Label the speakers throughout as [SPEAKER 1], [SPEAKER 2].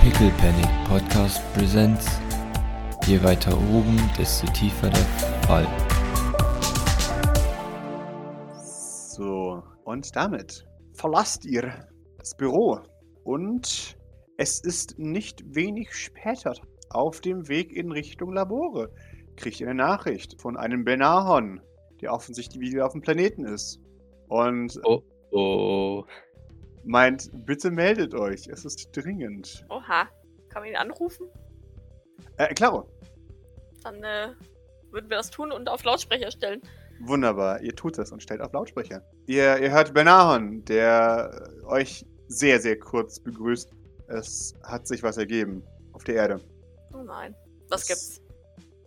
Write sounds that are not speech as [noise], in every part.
[SPEAKER 1] Pickle Panic Podcast Presents. Je weiter oben, desto tiefer der Fall.
[SPEAKER 2] So, und damit verlasst ihr das Büro. Und es ist nicht wenig später auf dem Weg in Richtung Labore. Kriegt ihr eine Nachricht von einem Benahon, der offensichtlich wieder auf dem Planeten ist. Und
[SPEAKER 3] Oh,
[SPEAKER 2] meint, bitte meldet euch, es ist dringend.
[SPEAKER 4] Oha. Kann man ihn anrufen?
[SPEAKER 2] Äh, klaro.
[SPEAKER 4] Dann äh, würden wir das tun und auf Lautsprecher stellen.
[SPEAKER 2] Wunderbar, ihr tut das und stellt auf Lautsprecher. Ihr, ihr hört Benahon, der äh, euch sehr, sehr kurz begrüßt. Es hat sich was ergeben auf der Erde.
[SPEAKER 4] Oh nein. Was
[SPEAKER 2] Das-
[SPEAKER 4] gibt's?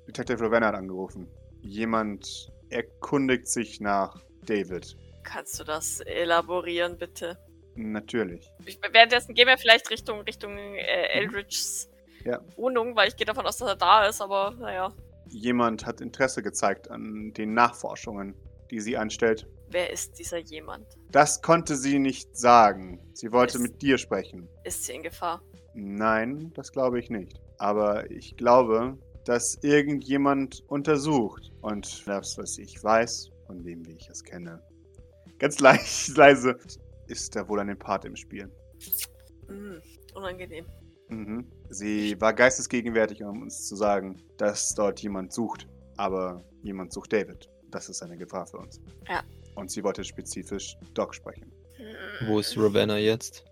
[SPEAKER 2] Detective Ravenna hat angerufen. Jemand erkundigt sich nach David.
[SPEAKER 4] Kannst du das elaborieren, bitte?
[SPEAKER 2] Natürlich.
[SPEAKER 4] Ich, währenddessen gehen wir vielleicht Richtung Richtung äh, Eldridge's
[SPEAKER 2] Ja.
[SPEAKER 4] Wohnung, weil ich gehe davon aus, dass er da ist, aber naja.
[SPEAKER 2] Jemand hat Interesse gezeigt an den Nachforschungen, die sie anstellt.
[SPEAKER 4] Wer ist dieser jemand?
[SPEAKER 2] Das konnte sie nicht sagen. Sie wollte
[SPEAKER 4] Es-
[SPEAKER 2] mit dir sprechen.
[SPEAKER 4] Ist sie in Gefahr?
[SPEAKER 2] Nein, das glaube ich nicht. Aber ich glaube, dass irgendjemand untersucht. Und das, was ich weiß, von dem, wie ich es kenne, ganz leicht, [laughs] leise, ist da wohl ein Part im Spiel.
[SPEAKER 4] Hm, unangenehm.
[SPEAKER 2] Mhm. Sie war geistesgegenwärtig, um uns zu sagen, dass dort jemand sucht. Aber jemand sucht David. Das ist eine Gefahr für uns.
[SPEAKER 4] Ja.
[SPEAKER 2] Und sie wollte spezifisch Doc sprechen.
[SPEAKER 4] Hm.
[SPEAKER 3] wo ist Ravenna jetzt?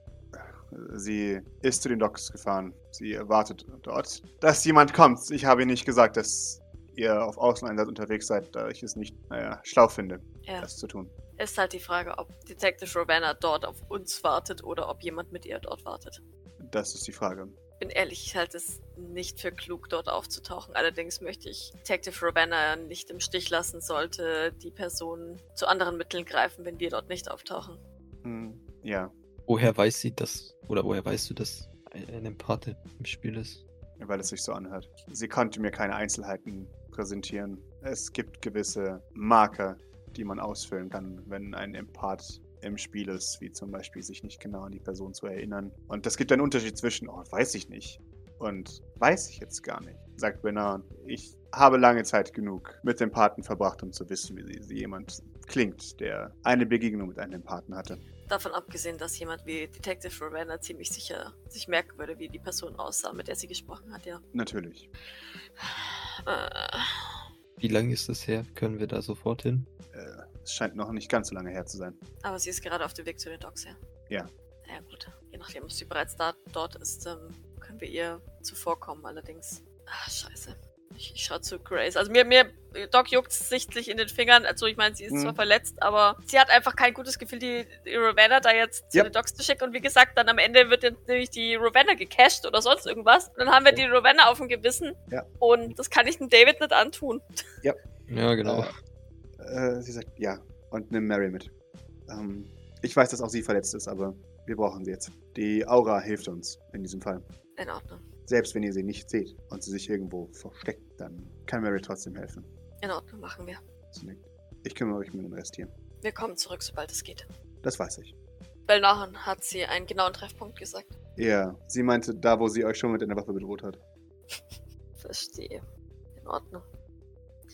[SPEAKER 2] Sie ist zu den Docs gefahren. Sie erwartet dort, dass jemand kommt. Ich habe ihr nicht gesagt, dass ihr auf Außeneinsatz unterwegs seid, da ich es nicht naja, schlau finde,
[SPEAKER 4] Ja.
[SPEAKER 2] das zu tun.
[SPEAKER 4] Ist halt die Frage, ob Detective Ravenna dort auf uns wartet oder ob jemand mit ihr dort wartet.
[SPEAKER 2] Das ist die Frage.
[SPEAKER 4] bin ehrlich, ich halte es nicht für klug, dort aufzutauchen. Allerdings möchte ich Detective Ravenna nicht im Stich lassen, sollte die Person zu anderen Mitteln greifen, wenn wir dort nicht auftauchen.
[SPEAKER 2] Hm, ja,
[SPEAKER 3] Woher weiß sie das? Oder woher weißt du, dass ein ein Empate im Spiel ist?
[SPEAKER 2] weil es sich so anhört. Sie konnte mir keine Einzelheiten präsentieren. Es gibt gewisse Marker, die man ausfüllen kann, wenn ein Empath im Spiel ist, wie zum Beispiel sich nicht genau an die Person zu erinnern. Und das gibt einen Unterschied zwischen, oh, weiß ich nicht und weiß ich jetzt gar nicht, sagt Bernard. Ich habe lange Zeit genug mit dem Paten verbracht, um zu wissen, wie sie- jemand klingt, der eine Begegnung mit einem Paten hatte.
[SPEAKER 4] Davon abgesehen, dass jemand wie Detective Ravenna ziemlich sicher sich merken würde, wie die Person aussah, mit der sie gesprochen hat, ja.
[SPEAKER 2] Natürlich.
[SPEAKER 4] Äh,
[SPEAKER 3] Wie lange ist das her? Können wir da sofort hin?
[SPEAKER 2] Äh, es scheint noch nicht ganz so lange her zu sein.
[SPEAKER 4] aber sie ist gerade auf dem Weg zu den Docks, ja.
[SPEAKER 2] Ja.
[SPEAKER 4] Ja gut, je nachdem, ob sie bereits da, dort ist, ähm, können wir ihr zuvorkommen allerdings. Ah, scheiße. Ich, ich schaue zu Grace. Also mir, mir, Doc juckt sichtlich in den Fingern. Also ich meine, sie ist
[SPEAKER 2] Mhm.
[SPEAKER 4] zwar verletzt, aber sie hat einfach kein gutes Gefühl, die, die Ravenna da jetzt zu
[SPEAKER 2] Ja.
[SPEAKER 4] den Docs zu schicken. Und wie gesagt, dann am Ende wird dann nämlich die Ravenna gecasht oder sonst irgendwas. Und dann haben wir die Ravenna auf dem Gewissen.
[SPEAKER 2] Ja.
[SPEAKER 4] Und das kann ich dem David nicht antun.
[SPEAKER 3] Ja, genau.
[SPEAKER 2] Äh, sie sagt ja und nimm Mary mit. Ähm, ich weiß, dass auch sie verletzt ist, aber wir brauchen sie jetzt. Die Aura hilft uns in diesem Fall.
[SPEAKER 4] In Ordnung.
[SPEAKER 2] Selbst wenn ihr sie nicht seht und sie sich irgendwo versteckt, dann kann Mary trotzdem helfen.
[SPEAKER 4] In Ordnung, machen wir.
[SPEAKER 2] Sie nickt. Ich kümmere mich um den Rest hier.
[SPEAKER 4] Wir kommen zurück, sobald es geht.
[SPEAKER 2] Das weiß ich.
[SPEAKER 4] Belnahan hat sie einen genauen Treffpunkt gesagt.
[SPEAKER 2] Ja, sie meinte da, wo sie euch schon mit einer Waffe bedroht hat.
[SPEAKER 4] Verstehe. In Ordnung.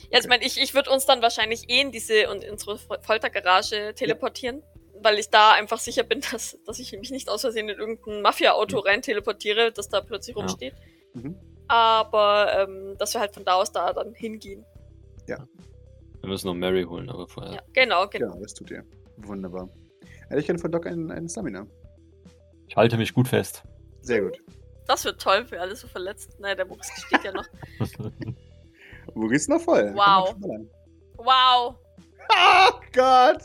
[SPEAKER 4] Ja, also ich meine, ich, ich würde uns dann wahrscheinlich eh in diese und in unsere Fol- Foltergarage teleportieren, weil ich da einfach sicher bin, [laughs] dass, dass ich mich nicht aus Versehen in irgendein Mafia-Auto rein teleportiere, das da plötzlich
[SPEAKER 3] Ja.
[SPEAKER 4] rumsteht.
[SPEAKER 2] Mhm.
[SPEAKER 4] Aber ähm, dass wir halt von da aus da dann hingehen.
[SPEAKER 3] Wir müssen noch Mary holen, aber vorher.
[SPEAKER 4] Ja, genau, genau.
[SPEAKER 2] Genau, das tut ihr. Wunderbar. Hätte ich gerne von Doc einen, einen Stamina.
[SPEAKER 3] Ich halte mich gut [laughs] fest.
[SPEAKER 2] Sehr gut.
[SPEAKER 4] Das wird toll für alle so verletzt. Nein, der Buchs steht ja noch.
[SPEAKER 2] Wuri ist noch voll. Komm,
[SPEAKER 4] Wow.
[SPEAKER 2] schon mal an. [laughs]
[SPEAKER 4] Wow.
[SPEAKER 2] Oh Gott!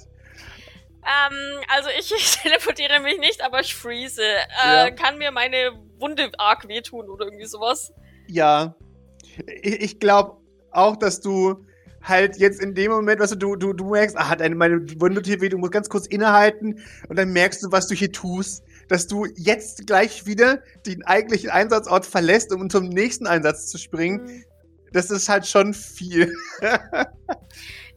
[SPEAKER 4] Ähm, also ich, [laughs] ich teleportiere mich nicht, aber ich freeze. Äh,
[SPEAKER 2] Ja.
[SPEAKER 4] Kann mir meine Wunde arg wehtun oder irgendwie sowas?
[SPEAKER 2] Ja. Ich, ich glaube auch, dass du halt jetzt in dem Moment, was weißt du, du, du merkst, ah, deine, meine Wunde tut weh, du musst ganz kurz innehalten und dann merkst du, was du hier tust, dass du jetzt gleich wieder den eigentlichen Einsatzort verlässt, um zum nächsten Einsatz zu springen.
[SPEAKER 4] Hm.
[SPEAKER 2] Das ist halt schon viel.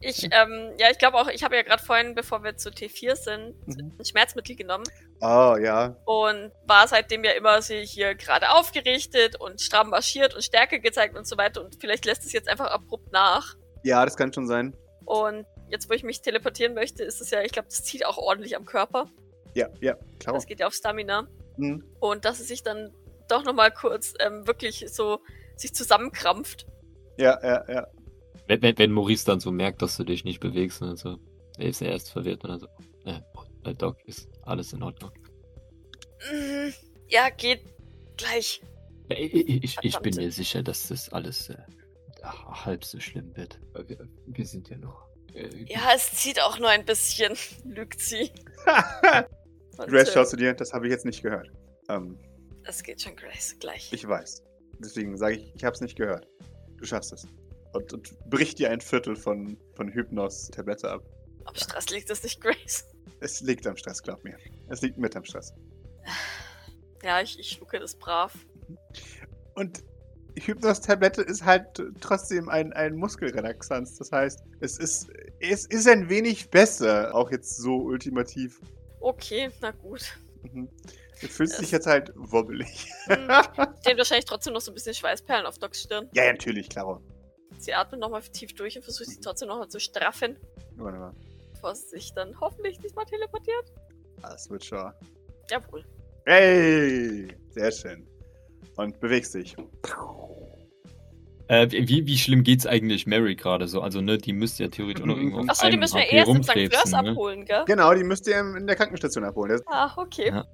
[SPEAKER 4] Ich, ähm, ja, ich glaube auch, ich habe ja gerade vorhin, bevor wir zu T4 sind,
[SPEAKER 2] Mhm.
[SPEAKER 4] ein Schmerzmittel genommen
[SPEAKER 2] Oh, ja.
[SPEAKER 4] und war seitdem ja immer sie hier gerade aufgerichtet und stramm marschiert und Stärke gezeigt und so weiter und vielleicht lässt es jetzt einfach abrupt nach.
[SPEAKER 2] Ja, das kann schon sein.
[SPEAKER 4] Und jetzt, wo ich mich teleportieren möchte, ist es ja, ich glaube, das zieht auch ordentlich am Körper.
[SPEAKER 2] Ja, ja, klar.
[SPEAKER 4] Das geht ja auf Stamina.
[SPEAKER 2] Mhm.
[SPEAKER 4] Und dass es sich dann doch nochmal kurz ähm, wirklich so sich zusammenkrampft.
[SPEAKER 2] Ja, ja, ja.
[SPEAKER 5] Wenn, wenn, wenn Maurice dann so merkt, dass du dich nicht bewegst und so, er ist erst verwirrt und dann so, äh, äh, Doc, ist alles in Ordnung.
[SPEAKER 4] Mhm. Ja, geht gleich.
[SPEAKER 5] Äh, Ich, ich, ich bin
[SPEAKER 4] Verdammt.
[SPEAKER 5] mir sicher, dass das alles äh, h- halb so schlimm wird. Weil Wir, wir sind ja noch. Äh,
[SPEAKER 4] Ja, es zieht auch nur ein bisschen, [laughs] lügt
[SPEAKER 5] [laughs]
[SPEAKER 4] sie. Und,
[SPEAKER 2] Grace,
[SPEAKER 4] äh,
[SPEAKER 2] schaust du dir? Das habe ich jetzt nicht gehört. Ähm,
[SPEAKER 4] Es geht schon, Grace, gleich.
[SPEAKER 2] ich weiß. Deswegen sage ich, ich habe es nicht gehört. Du schaffst es. Und, und brich dir ein Viertel von, von Hypnos-Tablette ab.
[SPEAKER 4] Am Stress liegt es nicht, [laughs] Grace.
[SPEAKER 2] Es liegt am Stress, glaub mir. Es liegt mit am Stress.
[SPEAKER 4] Ja, ich, ich schlucke das brav.
[SPEAKER 2] Und Hypnos-Tablette ist halt trotzdem ein, ein Muskelrelaxanz. Das heißt, es ist, es ist ein wenig besser, auch jetzt so ultimativ.
[SPEAKER 4] Okay, na
[SPEAKER 5] [laughs]
[SPEAKER 4] gut.
[SPEAKER 2] Mhm. Du fühlst
[SPEAKER 4] Es-
[SPEAKER 2] dich jetzt halt wobbelig.
[SPEAKER 4] Hm, Stehen wahrscheinlich trotzdem noch so ein bisschen Schweißperlen auf Docs Stirn.
[SPEAKER 2] Ja, ja, natürlich, klar.
[SPEAKER 4] Sie atmet nochmal tief durch und versucht sich trotzdem nochmal zu straffen,
[SPEAKER 2] Wunderbar.
[SPEAKER 4] bevor sie sich dann hoffentlich diesmal teleportiert.
[SPEAKER 2] Ah, Das wird schon.
[SPEAKER 4] Jawohl.
[SPEAKER 2] Hey! Sehr schön. Und bewegst dich.
[SPEAKER 5] Äh, wie, wie schlimm geht's eigentlich Mary gerade so? Also, ne, die müsste ja theoretisch auch
[SPEAKER 3] Mhm.
[SPEAKER 5] noch irgendwo auf
[SPEAKER 4] Achso, die
[SPEAKER 5] einem
[SPEAKER 4] müssen wir
[SPEAKER 5] HP
[SPEAKER 4] erst in St. Flörs
[SPEAKER 5] rumkrebsen, ne?
[SPEAKER 4] abholen, gell?
[SPEAKER 2] Genau, die müsst ihr in der Krankenstation abholen. Das-
[SPEAKER 4] Ah, okay.
[SPEAKER 5] Ja.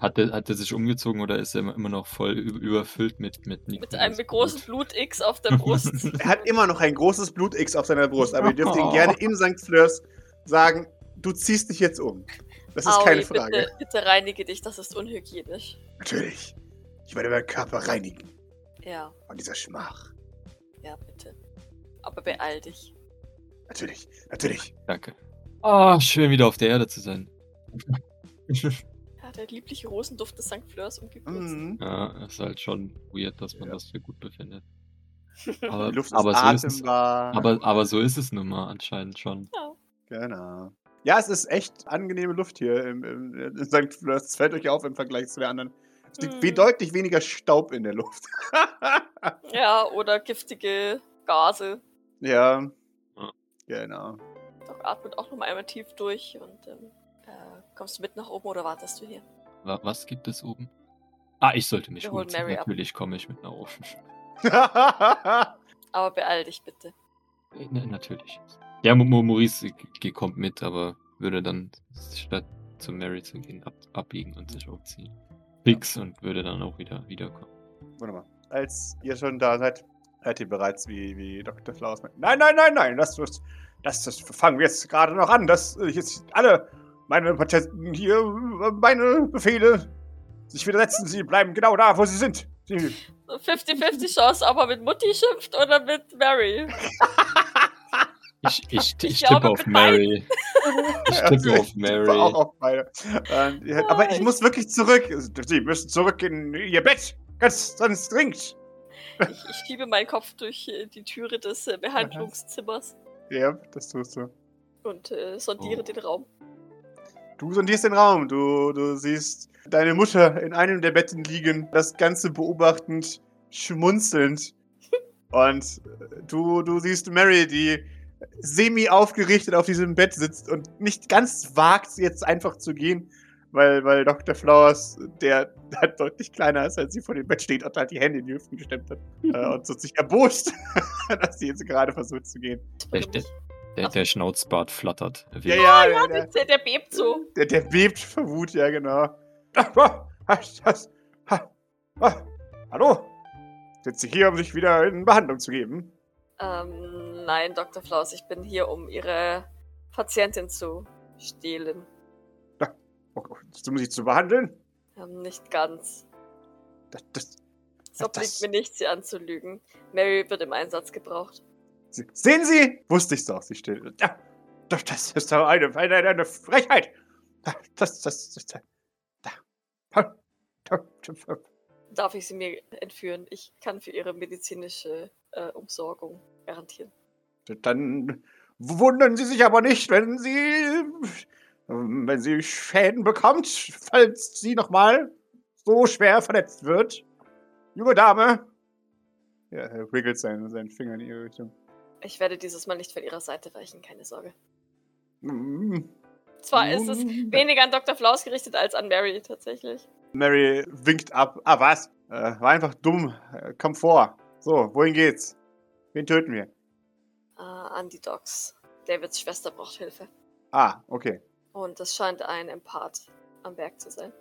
[SPEAKER 5] Hat er, hat er sich umgezogen oder ist er immer noch voll ü- überfüllt mit mit,
[SPEAKER 4] Mit
[SPEAKER 5] Nikolaus?
[SPEAKER 4] einem großen Blut-X auf der Brust.
[SPEAKER 2] Er hat immer noch ein großes Blut-X auf seiner Brust, aber ihr dürft
[SPEAKER 5] Oh.
[SPEAKER 2] ihn gerne in St. Flörs sagen, du ziehst dich jetzt um. Das ist
[SPEAKER 4] Aui,
[SPEAKER 2] keine Frage.
[SPEAKER 4] Bitte, bitte reinige dich, das ist unhygienisch.
[SPEAKER 2] Natürlich. Ich werde meinen Körper reinigen
[SPEAKER 4] Ja,
[SPEAKER 2] von dieser Schmach.
[SPEAKER 4] ja, bitte. Aber beeil dich.
[SPEAKER 2] Natürlich, natürlich.
[SPEAKER 5] Danke. Ah, schön wieder auf der Erde zu
[SPEAKER 2] [laughs]
[SPEAKER 5] sein.
[SPEAKER 4] Ja, der liebliche Rosenduft des St. Flörs umgibt uns.
[SPEAKER 2] Mhm.
[SPEAKER 5] ja, ist halt schon weird, dass man
[SPEAKER 2] Ja.
[SPEAKER 5] das für gut
[SPEAKER 2] [laughs]
[SPEAKER 5] befindet.
[SPEAKER 2] Die
[SPEAKER 5] Aber,
[SPEAKER 2] Luft ist
[SPEAKER 5] aber, so ist es,
[SPEAKER 2] atembar.
[SPEAKER 5] aber, aber so ist es nun mal anscheinend schon.
[SPEAKER 2] genau. Ja, es ist echt angenehme Luft hier im, im, in St. Flörs. Das fällt euch auf im Vergleich zu den anderen. Es liegt
[SPEAKER 4] Mhm.
[SPEAKER 2] wie deutlich weniger Staub in der Luft.
[SPEAKER 4] Ja, oder giftige Gase.
[SPEAKER 2] ja.
[SPEAKER 5] Ja.
[SPEAKER 2] Genau. [laughs]
[SPEAKER 4] Doch atmet auch nochmal einmal tief durch und ähm, äh, kommst du mit nach oben oder wartest du hier?
[SPEAKER 5] Wa- Was gibt es oben? Ah, ich sollte mich
[SPEAKER 4] Wir holen
[SPEAKER 5] umziehen.
[SPEAKER 4] Mary ab.
[SPEAKER 5] Natürlich komme ich mit nach oben.
[SPEAKER 4] Aber beeil dich bitte.
[SPEAKER 5] Na, Äh, ne, natürlich. Ja, Mo- Mo- Maurice äh, g- kommt mit, aber würde dann statt zu Mary zu gehen ab, abbiegen und sich umziehen. Fix und würde dann auch wieder wiederkommen.
[SPEAKER 2] Wunderbar. Als ihr schon da seid, hört ihr bereits, wie, wie Dr. Flaus meint. Nein, nein, nein, nein, das, das, das, das fangen wir jetzt gerade noch an, dass äh, jetzt alle meine Patienten hier, äh, meine Befehle sich widersetzen. Sie bleiben genau da, wo sie sind. Sie,
[SPEAKER 4] 50-50 Chance, ob er mit Mutti schimpft oder mit Mary.
[SPEAKER 5] Ich, ich, ich,
[SPEAKER 4] glaube,
[SPEAKER 5] tippe auf
[SPEAKER 4] mit
[SPEAKER 5] Mary.
[SPEAKER 2] [laughs]
[SPEAKER 5] Ich tippe auf Mary.
[SPEAKER 2] auch auf beide. Ähm, ihr hört, aber ich muss wirklich zurück. Sie müssen zurück in ihr Bett. Ganz, ganz dringend.
[SPEAKER 4] Ich, ich schiebe meinen Kopf durch äh, die Türe des äh, Behandlungszimmers
[SPEAKER 2] Ja, das tust du.
[SPEAKER 4] und äh, sondiere
[SPEAKER 5] Oh.
[SPEAKER 4] den Raum.
[SPEAKER 2] Du sondierst den Raum, du, du siehst deine Mutter in einem der Betten liegen, das Ganze beobachtend, [laughs] schmunzelnd. Und äh, du, du siehst Mary, die semi aufgerichtet auf diesem Bett sitzt und nicht ganz wagt, jetzt einfach zu gehen, weil, weil Dr. Flowers, der [laughs] halt deutlich kleiner ist, als sie vor dem Bett steht und halt die Hände in die Hüften gestemmt hat [laughs] äh, und so sich erbost, [laughs] dass sie jetzt gerade versucht zu gehen.
[SPEAKER 5] Echt,
[SPEAKER 4] Mich.
[SPEAKER 5] Der, der Schnauzbart flattert.
[SPEAKER 2] ja, ja,
[SPEAKER 4] Der, der bebt so.
[SPEAKER 2] Der, der bebt vor Wut, ja genau. Was- was- ha- ha- Hallo? Sind Sie hier, um sich wieder in Behandlung zu geben?
[SPEAKER 4] Ähm, nein, Dr. Flaus, ich bin hier, um Ihre Patientin zu stehlen.
[SPEAKER 2] Oh, oh, Um Sie zu behandeln?
[SPEAKER 4] Ähm, nicht ganz.
[SPEAKER 2] Das, das,
[SPEAKER 4] Es
[SPEAKER 2] Ja,
[SPEAKER 4] obliegt
[SPEAKER 2] das-
[SPEAKER 4] mir nicht, Sie anzulügen. Mary wird im Einsatz gebraucht.
[SPEAKER 2] Sie- sehen Sie? Wusste ich doch, Sie still. Ja, Das, das ist doch eine, eine, eine Frechheit. Ja, Das, das, das, das. da. Ha, da, da, da.
[SPEAKER 4] Darf ich Sie mir entführen? Ich kann für Ihre medizinische äh, Umsorgung garantieren.
[SPEAKER 2] Dann wundern Sie sich aber nicht, wenn Sie, wenn Sie Schäden bekommt, falls sie nochmal so schwer verletzt wird. Junge Dame. Ja, er wiggelt seinen, seinen Finger in ihre Richtung.
[SPEAKER 4] Ich werde dieses Mal nicht von ihrer Seite weichen, keine Sorge.
[SPEAKER 2] Mm.
[SPEAKER 4] Zwar ist [laughs] es weniger an Dr. Flaus gerichtet als an Mary tatsächlich.
[SPEAKER 2] Mary winkt ab. Ah, was? Äh, war einfach dumm. Äh, komm vor. So, wohin geht's? Wen töten wir?
[SPEAKER 4] Äh, an die Docs. Davids Schwester braucht Hilfe.
[SPEAKER 2] Ah, okay.
[SPEAKER 4] Und es scheint ein Empath am Werk zu sein.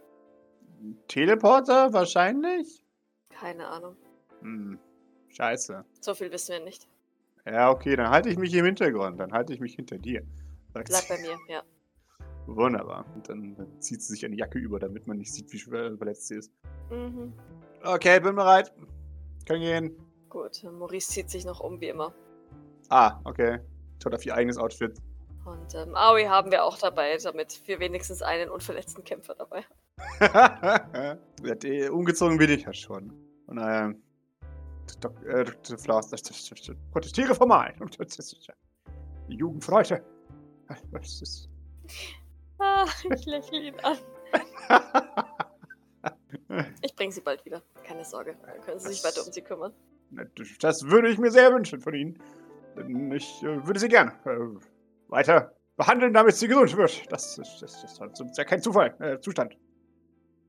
[SPEAKER 2] Teleporter wahrscheinlich?
[SPEAKER 4] Keine Ahnung.
[SPEAKER 2] Hm, scheiße.
[SPEAKER 4] So viel wissen wir nicht.
[SPEAKER 2] Ja, okay, dann halte ich mich im Hintergrund. Dann halte ich mich hinter dir. Sagt
[SPEAKER 4] Bleib
[SPEAKER 2] sie.
[SPEAKER 4] bei mir, ja.
[SPEAKER 2] Wunderbar. Und dann, dann zieht sie sich eine Jacke über, damit man nicht sieht, wie schwer verletzt sie ist.
[SPEAKER 4] Mhm.
[SPEAKER 2] Okay, bin bereit. Können gehen.
[SPEAKER 4] Gut, Maurice zieht sich noch um wie immer.
[SPEAKER 2] Ah, okay. Schaut auf ihr eigenes Outfit. [laughs]
[SPEAKER 4] Und ähm, Aoi haben wir auch dabei, damit wir wenigstens einen unverletzten Kämpfer dabei haben.
[SPEAKER 2] Seid ihr- äh, Umgezogen bin ich ja schon. Und ähm. Dok- äh, Dr. Flaus, das- das- das- das- protestiere formal. Die [laughs] Jugendfreude. [laughs] Das ist-
[SPEAKER 4] Ah, ich lächle ihn an.
[SPEAKER 2] [laughs]
[SPEAKER 4] Ich bringe sie bald wieder. Keine Sorge. Dann können Sie sich
[SPEAKER 2] Das-
[SPEAKER 4] weiter um sie kümmern.
[SPEAKER 2] Das würde ich mir sehr wünschen von Ihnen. Denn Ich äh, würde sie gerne äh, weiter behandeln, damit sie gesund wird. Das ist, das ist, das ist ja kein Zufall, äh, Zustand.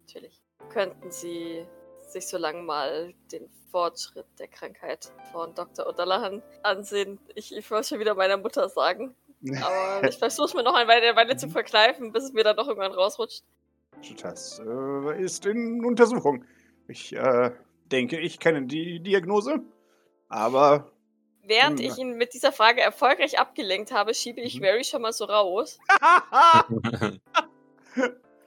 [SPEAKER 4] Natürlich. Könnten Sie sich so lange mal den Fortschritt der Krankheit von Dr. O'Dallahan ansehen? Ich, ich wollte schon wieder meiner
[SPEAKER 2] [laughs]
[SPEAKER 4] Mutter sagen. Aber ich versuche es mir noch eine Weile, Weile
[SPEAKER 2] Mhm.
[SPEAKER 4] zu verkneifen, bis es mir dann doch irgendwann rausrutscht.
[SPEAKER 2] Das äh, ist in Untersuchung. Ich äh, denke, ich kenne die Diagnose. Aber [laughs]
[SPEAKER 4] Während
[SPEAKER 2] Mhm.
[SPEAKER 4] ich ihn mit dieser Frage erfolgreich abgelenkt habe, schiebe ich
[SPEAKER 2] Mhm.
[SPEAKER 4] Mary schon mal so raus.
[SPEAKER 6] Nein,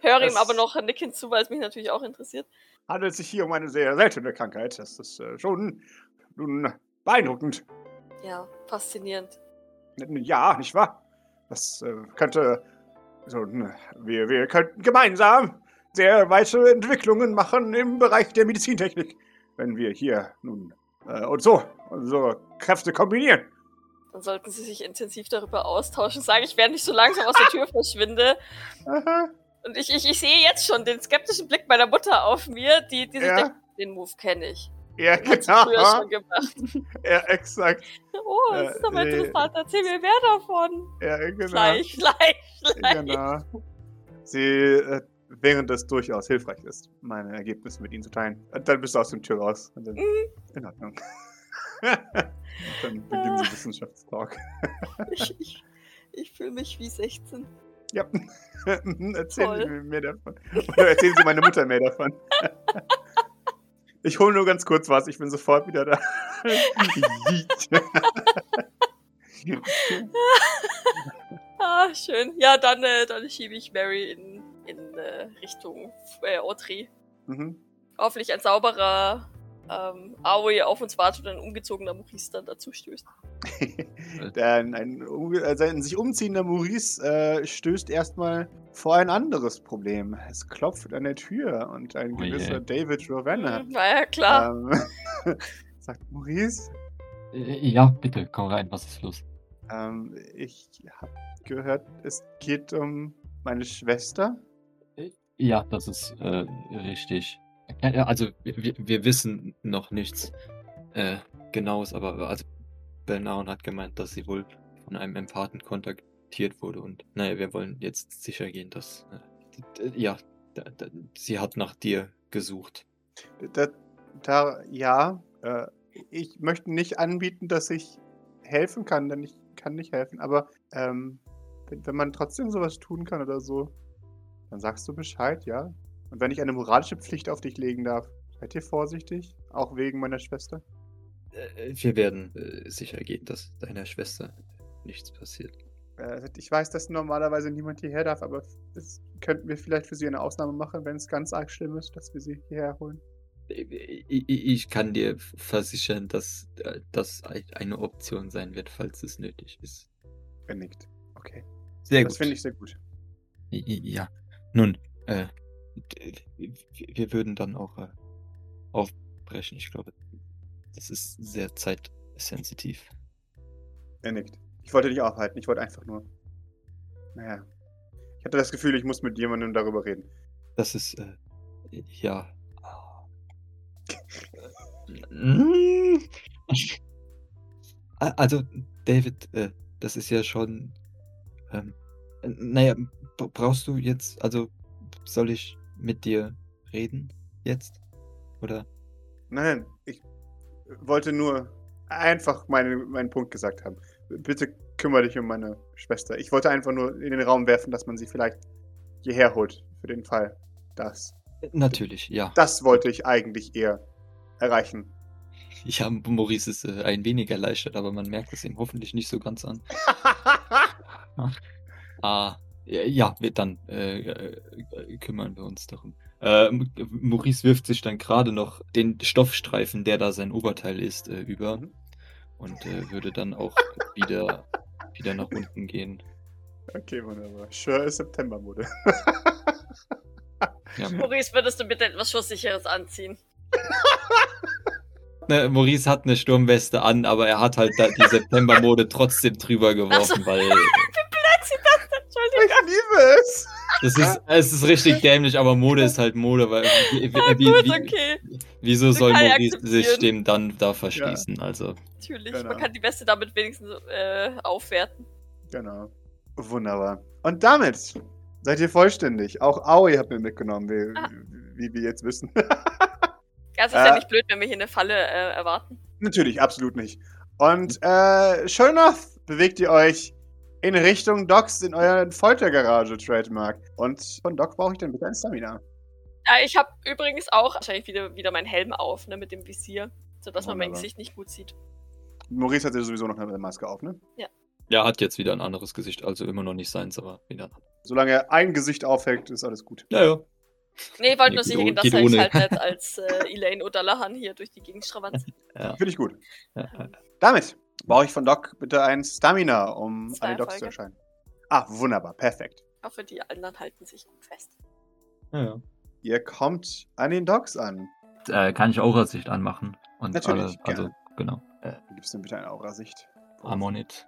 [SPEAKER 4] Höre
[SPEAKER 2] Das-
[SPEAKER 4] ihm aber noch einen Nick hinzu, weil es mich natürlich auch interessiert.
[SPEAKER 2] handelt sich hier um eine sehr seltene Krankheit. Das ist äh, schon nun beeindruckend.
[SPEAKER 4] Ja, faszinierend.
[SPEAKER 2] Ja, nicht wahr? Das äh, könnte. So, ne, wir, wir könnten gemeinsam sehr weite Entwicklungen machen im Bereich der Medizintechnik, wenn wir hier nun äh, und so unsere Kräfte kombinieren.
[SPEAKER 4] Dann sollten Sie sich intensiv darüber austauschen. Sage ich, während ich so langsam
[SPEAKER 2] [laughs]
[SPEAKER 4] aus der Tür verschwinde.
[SPEAKER 2] Aha.
[SPEAKER 4] Und ich, ich, ich sehe jetzt schon den skeptischen Blick meiner Mutter auf mir, die, die sich
[SPEAKER 2] Ja.
[SPEAKER 4] denkt, den Move kenne ich.
[SPEAKER 2] Ja,
[SPEAKER 4] Den hat sie früher
[SPEAKER 2] genau.
[SPEAKER 4] schon gemacht.
[SPEAKER 2] Ja, exakt.
[SPEAKER 4] Oh, das ist aber
[SPEAKER 2] Äh, äh,
[SPEAKER 4] interessant. Erzähl mir mehr davon.
[SPEAKER 2] Ja, genau.
[SPEAKER 4] Gleich, gleich, gleich.
[SPEAKER 2] Genau. Sie, äh, während es durchaus hilfreich ist, meine Ergebnisse mit Ihnen zu teilen, äh, dann bist du aus dem Tür raus. Und dann,
[SPEAKER 4] Mhm.
[SPEAKER 2] In Ordnung. [laughs] dann beginnen
[SPEAKER 4] Ah.
[SPEAKER 2] Sie Wissenschaftstalk.
[SPEAKER 4] Ich, ich, ich fühle mich wie 16.
[SPEAKER 2] Ja. [laughs] erzählen Sie
[SPEAKER 4] Toll.
[SPEAKER 2] mir mehr davon. Oder erzählen Sie meiner Mutter mehr davon. [laughs] ich hole nur ganz kurz was, ich bin sofort wieder da. [laughs]
[SPEAKER 4] Ah, schön. Ja, dann, äh, dann schiebe ich Mary in, in äh, Richtung äh, Audrey.
[SPEAKER 2] mhm.
[SPEAKER 4] Hoffentlich ein sauberer ähm, Aoi auf uns wartet und ein umgezogener Maurice dann dazu stößt.
[SPEAKER 2] [laughs] Dann ein, umge- also ein sich umziehender Maurice äh, stößt erstmal vor ein anderes Problem. Es klopft an der Tür und ein
[SPEAKER 6] Oh je.
[SPEAKER 2] gewisser David Ravenna
[SPEAKER 4] Mhm, Na ja, klar.
[SPEAKER 2] ähm, [laughs] sagt, Maurice,
[SPEAKER 6] Äh, Ja, bitte, komm rein, was ist los?
[SPEAKER 2] ähm, ich habe gehört, es geht um meine Schwester.
[SPEAKER 6] Ja, das ist äh, richtig. Äh, ja, Also, wir, wir wissen noch nichts äh, Genaues, aber also Belnaun hat gemeint, dass sie wohl von einem Empathen kontaktiert wurde und naja, wir wollen jetzt sicher gehen, dass äh, d- d- ja, da, da, sie hat nach dir gesucht.
[SPEAKER 2] Da, da, ja, äh, ich möchte nicht anbieten, dass ich helfen kann, denn ich kann nicht helfen, aber ähm, wenn, wenn man trotzdem sowas tun kann oder so, dann sagst du Bescheid, ja? Und wenn ich eine moralische Pflicht auf dich legen darf, seid ihr vorsichtig, auch wegen meiner Schwester.
[SPEAKER 6] Äh, wir werden äh, sicher gehen, dass deiner Schwester nichts passiert.
[SPEAKER 2] Äh, ich weiß, dass normalerweise niemand hierher darf, aber das könnten wir vielleicht für sie eine Ausnahme machen, wenn es ganz arg schlimm ist, dass wir sie hierher holen.
[SPEAKER 6] Ich, ich, ich kann dir versichern, dass äh, das ein- eine Option sein wird, falls es nötig ist.
[SPEAKER 2] Er nickt. Okay.
[SPEAKER 6] Sehr
[SPEAKER 2] Das finde ich sehr gut.
[SPEAKER 6] I- i- Ja. Nun, äh, d- wir wir würden dann auch äh, aufbrechen. Ich glaube, das ist sehr sensitiv.
[SPEAKER 2] Er nickt. Ich wollte dich aufhalten. Ich wollte einfach nur. Naja. Ich hatte das Gefühl, ich muss mit jemandem darüber reden.
[SPEAKER 6] Das ist, äh, ja. [laughs] Ah, Hm. Also, David, äh, das ist ja schon. Ähm, äh, naja, b- brauchst du jetzt, also soll ich mit dir reden jetzt? Oder?
[SPEAKER 2] Nein, ich wollte nur einfach meine, meinen Punkt gesagt haben. Bitte kümmere dich um meine Schwester. Ich wollte einfach nur in den Raum werfen, dass man sie vielleicht hierher holt. Für den Fall. Das.
[SPEAKER 6] Natürlich, ja.
[SPEAKER 2] Das wollte ich eigentlich eher erreichen. [laughs]
[SPEAKER 6] Ja, [laughs] Maurice ist äh, ein wenig erleichtert, aber man merkt es ihm hoffentlich nicht so ganz an. Ah, ja, ja, wir, dann äh, äh, kümmern wir uns darum. Äh, M- Maurice wirft sich dann gerade noch den Stoffstreifen, der da sein Oberteil ist, äh, über
[SPEAKER 2] Mhm.
[SPEAKER 6] und äh, würde dann auch wieder, wieder nach unten gehen.
[SPEAKER 2] okay, wunderbar. Sure ist September-Mode.
[SPEAKER 6] Ja.
[SPEAKER 4] Maurice, würdest du bitte etwas Schusssicheres anziehen?
[SPEAKER 6] Ne, Maurice hat eine Sturmweste an, aber er hat halt da die Septembermode trotzdem drüber geworfen, weil
[SPEAKER 4] Entschuldigung.
[SPEAKER 2] Ich liebe es!
[SPEAKER 6] das ist, es ist richtig dämlich, aber Mode ist halt Mode,
[SPEAKER 4] [laughs]
[SPEAKER 6] weil wie, wie,
[SPEAKER 4] Gut,
[SPEAKER 6] wie,
[SPEAKER 4] okay.
[SPEAKER 6] wieso soll
[SPEAKER 4] kann ich
[SPEAKER 6] Maurice sich
[SPEAKER 4] akzeptieren.
[SPEAKER 6] dem dann da verschließen? Also.
[SPEAKER 4] Natürlich,
[SPEAKER 2] Keine
[SPEAKER 4] man
[SPEAKER 2] Ahnung.
[SPEAKER 4] kann die Beste damit wenigstens äh, aufwerten.
[SPEAKER 2] Genau. Wunderbar. Und damit seid ihr vollständig. Auch Aoi hat mir mitgenommen, wie,
[SPEAKER 4] Ah.
[SPEAKER 2] wie wir jetzt wissen. [laughs]
[SPEAKER 4] Ja, es ist ja
[SPEAKER 2] Äh.
[SPEAKER 4] nicht blöd, wenn wir hier eine Falle äh, erwarten.
[SPEAKER 2] Natürlich, absolut nicht. Und äh, sure enough bewegt ihr euch in Richtung Docs in euren Foltergarage, Trademark. Und von Doc brauche ich dann bitte ein Stamina.
[SPEAKER 4] Ja, ich habe übrigens auch wahrscheinlich wieder, wieder meinen Helm auf, ne, mit dem Visier, sodass man mein
[SPEAKER 2] Wunderbar.
[SPEAKER 4] Gesicht nicht gut sieht.
[SPEAKER 2] Maurice hat ja sowieso noch eine Maske auf, ne?
[SPEAKER 6] Ja, hat jetzt wieder ein anderes Gesicht, also immer noch nicht seins, aber wieder.
[SPEAKER 2] Solange er ein Gesicht aufhängt, ist alles gut.
[SPEAKER 6] Naja.
[SPEAKER 4] Nee, ich
[SPEAKER 6] Nee,
[SPEAKER 4] wollte nur
[SPEAKER 6] geht
[SPEAKER 4] sicher
[SPEAKER 6] ohne-
[SPEAKER 4] gehen, dass
[SPEAKER 6] geht
[SPEAKER 4] ich
[SPEAKER 6] ohne.
[SPEAKER 4] halt nicht als äh, Elaine O'Dallahan hier durch die Gegend schravanze.
[SPEAKER 2] Finde ich gut.
[SPEAKER 6] Ja.
[SPEAKER 2] Damit brauche ich von Doc bitte ein Stamina, um
[SPEAKER 4] Zwei
[SPEAKER 2] an den Docs zu
[SPEAKER 4] Erfolge.
[SPEAKER 2] erscheinen. Ah, wunderbar, perfekt.
[SPEAKER 4] Ich hoffe, die anderen halten sich gut fest.
[SPEAKER 6] ja.
[SPEAKER 2] Ihr kommt an den Docs an.
[SPEAKER 6] Äh, kann ich Aura-Sicht anmachen. Und
[SPEAKER 2] Natürlich,
[SPEAKER 6] alle, also, genau.
[SPEAKER 2] Gibst du mir bitte eine Aura-Sicht?
[SPEAKER 6] I'm on it. I'm on it,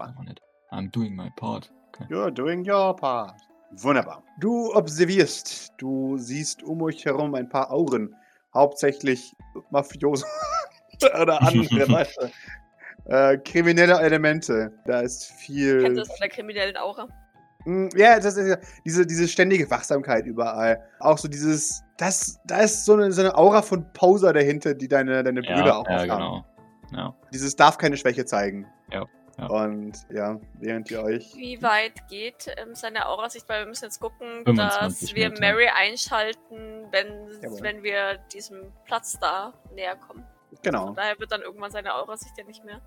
[SPEAKER 2] Wunderbar.
[SPEAKER 6] I'm on it. I'm doing my part. Okay.
[SPEAKER 2] You're doing your part. Wunderbar. Du observierst, du siehst um euch herum ein paar Auren, hauptsächlich Mafiosen [laughs]
[SPEAKER 6] [laughs]
[SPEAKER 2] oder andere, weißt du, äh, kriminelle Elemente. Da ist
[SPEAKER 4] Kennt ihr
[SPEAKER 2] viel.
[SPEAKER 4] das von der kriminellen Aura?
[SPEAKER 2] Mm, Ja, das ist ja diese, diese ständige Wachsamkeit überall. Auch so dieses, das, da ist so eine, so eine Aura von Poser dahinter, die deine, deine Brüder auch
[SPEAKER 6] ja,
[SPEAKER 2] oft haben
[SPEAKER 6] genau.
[SPEAKER 2] dieses darf keine Schwäche zeigen.
[SPEAKER 6] Ja, ja.
[SPEAKER 2] Und ja, während ihr euch.
[SPEAKER 4] Wie weit geht ähm, seine Aurasicht? Weil wir müssen jetzt gucken,
[SPEAKER 6] 25
[SPEAKER 4] dass wir
[SPEAKER 6] Meter.
[SPEAKER 4] Mary einschalten, wenn,
[SPEAKER 2] Jawohl.
[SPEAKER 4] wenn wir diesem Platz da näher kommen.
[SPEAKER 2] Genau.
[SPEAKER 4] Von daher wird dann irgendwann seine Aurasicht ja nicht mehr.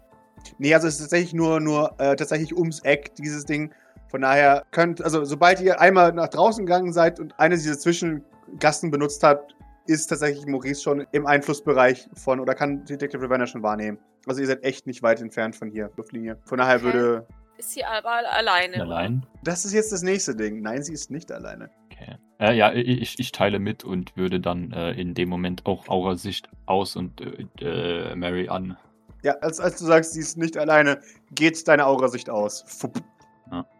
[SPEAKER 2] Nee, also es ist tatsächlich nur, nur äh, tatsächlich ums Eck, dieses Ding. Von daher könnt, also sobald ihr einmal nach draußen gegangen seid und eine dieser Zwischengassen benutzt habt, ist tatsächlich Maurice schon im Einflussbereich von oder kann Detective Ravenna schon wahrnehmen. Also ihr seid echt nicht weit entfernt von hier, Luftlinie. Von daher
[SPEAKER 4] Okay.
[SPEAKER 2] würde.
[SPEAKER 4] Ist sie aber alleine.
[SPEAKER 6] Allein.
[SPEAKER 2] Das ist jetzt das nächste Ding. Nein, sie ist nicht alleine.
[SPEAKER 5] Okay. Äh, ja, ich, ich teile mit und würde dann äh, in dem Moment auch Aura-Sicht aus und äh, äh, Mary an.
[SPEAKER 2] Ja, als, als du sagst, sie ist nicht alleine, geht deine Aurasicht aus. Fupp.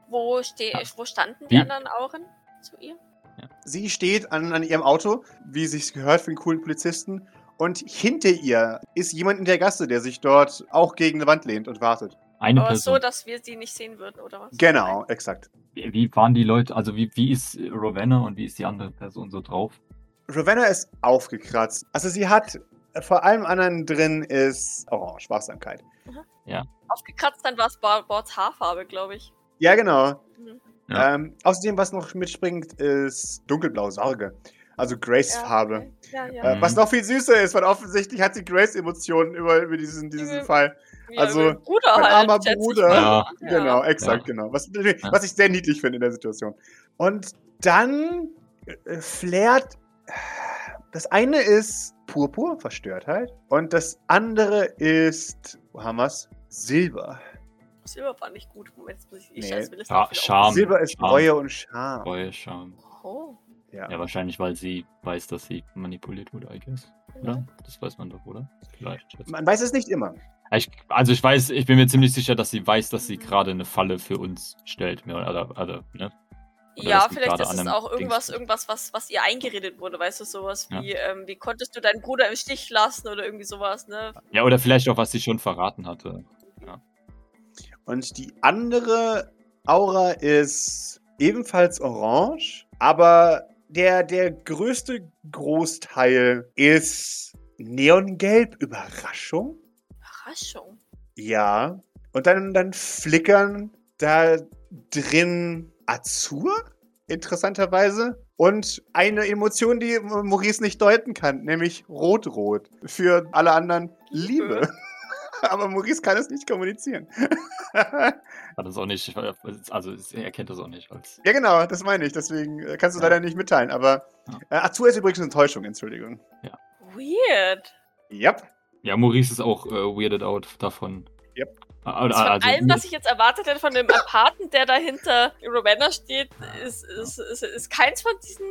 [SPEAKER 4] Wo, ste
[SPEAKER 5] Ja.
[SPEAKER 4] wo standen
[SPEAKER 5] Wie?
[SPEAKER 4] die anderen Auren zu ihr?
[SPEAKER 2] Sie steht an, an ihrem Auto, wie sich's gehört für einen coolen Polizisten. Und hinter ihr ist jemand in der Gasse, der sich dort auch gegen eine Wand lehnt und wartet.
[SPEAKER 5] Eine
[SPEAKER 4] Aber so,
[SPEAKER 5] Person.
[SPEAKER 4] dass wir sie nicht sehen würden, oder was?
[SPEAKER 2] Genau, exakt.
[SPEAKER 5] Wie wie waren die Leute, also wie, wie ist äh, Ravenna und wie ist die andere Person so drauf?
[SPEAKER 2] Ravenna ist aufgekratzt. Also sie hat äh, vor allem anderen drin ist Orange, Wachsamkeit.
[SPEAKER 4] Aufgekratzt, dann war es Bords Haarfarbe, glaube ich.
[SPEAKER 2] Ja, genau.
[SPEAKER 4] Mhm.
[SPEAKER 5] Ja.
[SPEAKER 2] Ähm, außerdem, was noch mitspringt, ist dunkelblau Sorge. Also
[SPEAKER 4] Ja,
[SPEAKER 2] Grace-Farbe.
[SPEAKER 4] okay. Ja, ja.
[SPEAKER 2] Äh,
[SPEAKER 5] Mhm.
[SPEAKER 2] Was noch viel süßer ist, weil offensichtlich hat sie Grace-Emotionen über, über diesen, diesen
[SPEAKER 4] Übel.
[SPEAKER 2] Fall.
[SPEAKER 4] Ja,
[SPEAKER 2] also,
[SPEAKER 4] mein Bruder
[SPEAKER 2] mein
[SPEAKER 4] halt,
[SPEAKER 2] armer
[SPEAKER 4] schätze ich
[SPEAKER 2] Bruder.
[SPEAKER 4] mal.
[SPEAKER 5] Ja.
[SPEAKER 2] Genau, exakt, genau. Was, was ich sehr niedlich finde in der Situation. Und dann äh, flärt. Das eine ist Purpur, Verstörtheit. Und das andere ist, wo haben wir's? Silber.
[SPEAKER 4] Silber war nicht gut. Moment, jetzt muss ich die
[SPEAKER 2] Nee.
[SPEAKER 4] scheiß Willis
[SPEAKER 5] Ja,
[SPEAKER 4] dafür
[SPEAKER 5] Scham.
[SPEAKER 2] Silber ist
[SPEAKER 5] Scham.
[SPEAKER 2] Reue und Scham.
[SPEAKER 5] Treue Scham.
[SPEAKER 4] auf- Oh.
[SPEAKER 2] Ja.
[SPEAKER 5] Ja, wahrscheinlich, weil sie weiß, dass sie manipuliert wurde, I guess. Oder? Das weiß man doch, oder? Vielleicht.
[SPEAKER 2] Man weiß es nicht immer.
[SPEAKER 5] Ich, also ich weiß, ich bin mir ziemlich sicher, dass sie weiß, dass sie gerade eine Falle für uns stellt. Mehr oder, also, ne? Oder
[SPEAKER 4] ja,
[SPEAKER 5] das liegt
[SPEAKER 4] vielleicht
[SPEAKER 5] gerade
[SPEAKER 4] ist
[SPEAKER 5] an
[SPEAKER 4] es
[SPEAKER 5] einem
[SPEAKER 4] auch irgendwas,
[SPEAKER 5] Dings.
[SPEAKER 4] irgendwas, was, was ihr eingeredet wurde, weißt du, sowas
[SPEAKER 5] Ja.
[SPEAKER 4] wie, ähm, wie konntest du deinen Bruder im Stich lassen oder irgendwie sowas, ne?
[SPEAKER 5] Ja, oder vielleicht auch, was sie schon verraten hatte.
[SPEAKER 2] Und die andere Aura ist ebenfalls orange, aber der, der größte Großteil ist neongelb. Überraschung?
[SPEAKER 4] Überraschung.
[SPEAKER 2] Ja. Und dann, dann flickern da drin Azur, interessanterweise. Und eine Emotion, die Maurice nicht deuten kann, nämlich rot-rot. Für alle anderen Liebe.
[SPEAKER 4] Liebe.
[SPEAKER 5] Äh.
[SPEAKER 2] [laughs] Aber Maurice kann es nicht kommunizieren. [laughs]
[SPEAKER 5] Hat das auch nicht, also sie erkennt das auch nicht als.
[SPEAKER 2] Ja, genau, das meine ich. Deswegen äh, kannst du
[SPEAKER 5] Ja.
[SPEAKER 2] leider nicht mitteilen. Aber
[SPEAKER 5] Ja.
[SPEAKER 2] äh, Azur ist übrigens eine Enttäuschung, Entschuldigung.
[SPEAKER 4] Weird.
[SPEAKER 2] Yep.
[SPEAKER 5] Ja, Maurice ist auch äh, weirded out davon.
[SPEAKER 2] Yep.
[SPEAKER 5] Ah, oder,
[SPEAKER 4] Von
[SPEAKER 5] also,
[SPEAKER 4] allem, was ich jetzt erwartet hätte von dem Aparten, der da hinter Ravenna steht, ist, ist, ist, ist keins von diesen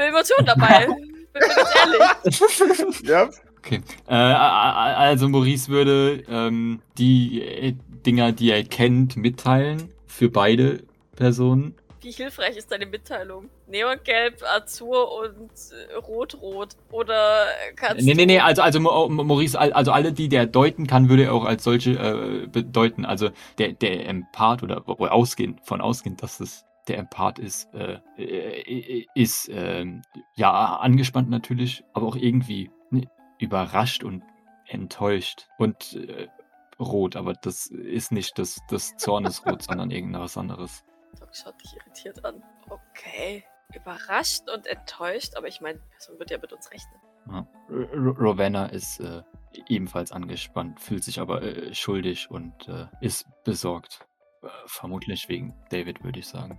[SPEAKER 4] äh, Emotionen dabei. Bin mir ganz ehrlich.
[SPEAKER 2] Yep.
[SPEAKER 5] Okay. Äh, a- a- also Maurice würde ähm, die äh, Dinger, die er kennt, mitteilen für beide Personen.
[SPEAKER 4] Wie hilfreich ist deine Mitteilung? Neongelb, Azur und äh, Rot-Rot. Oder kannst
[SPEAKER 5] Nee,
[SPEAKER 4] du-
[SPEAKER 5] nee, nee, also, also Mo- Mo- Maurice, al- also alle, die der deuten kann, würde er auch als solche äh, bedeuten. Also der, der Empath oder wo- wo ausgehen, von ausgehen, dass es der Empath ist, äh, äh, ist ähm, ja angespannt natürlich, aber auch irgendwie ne, überrascht und enttäuscht und äh, rot, aber das ist nicht das, das Zornesrot, sondern irgendwas anderes.
[SPEAKER 4] Doc schaut dich irritiert an. Okay. Überrascht und enttäuscht, aber ich meine, die Person wird ja mit uns rechnen.
[SPEAKER 5] Ja. R- R- Rowena ist äh, ebenfalls angespannt, fühlt sich aber äh, schuldig und äh, ist besorgt. Äh, vermutlich wegen David, würde ich sagen.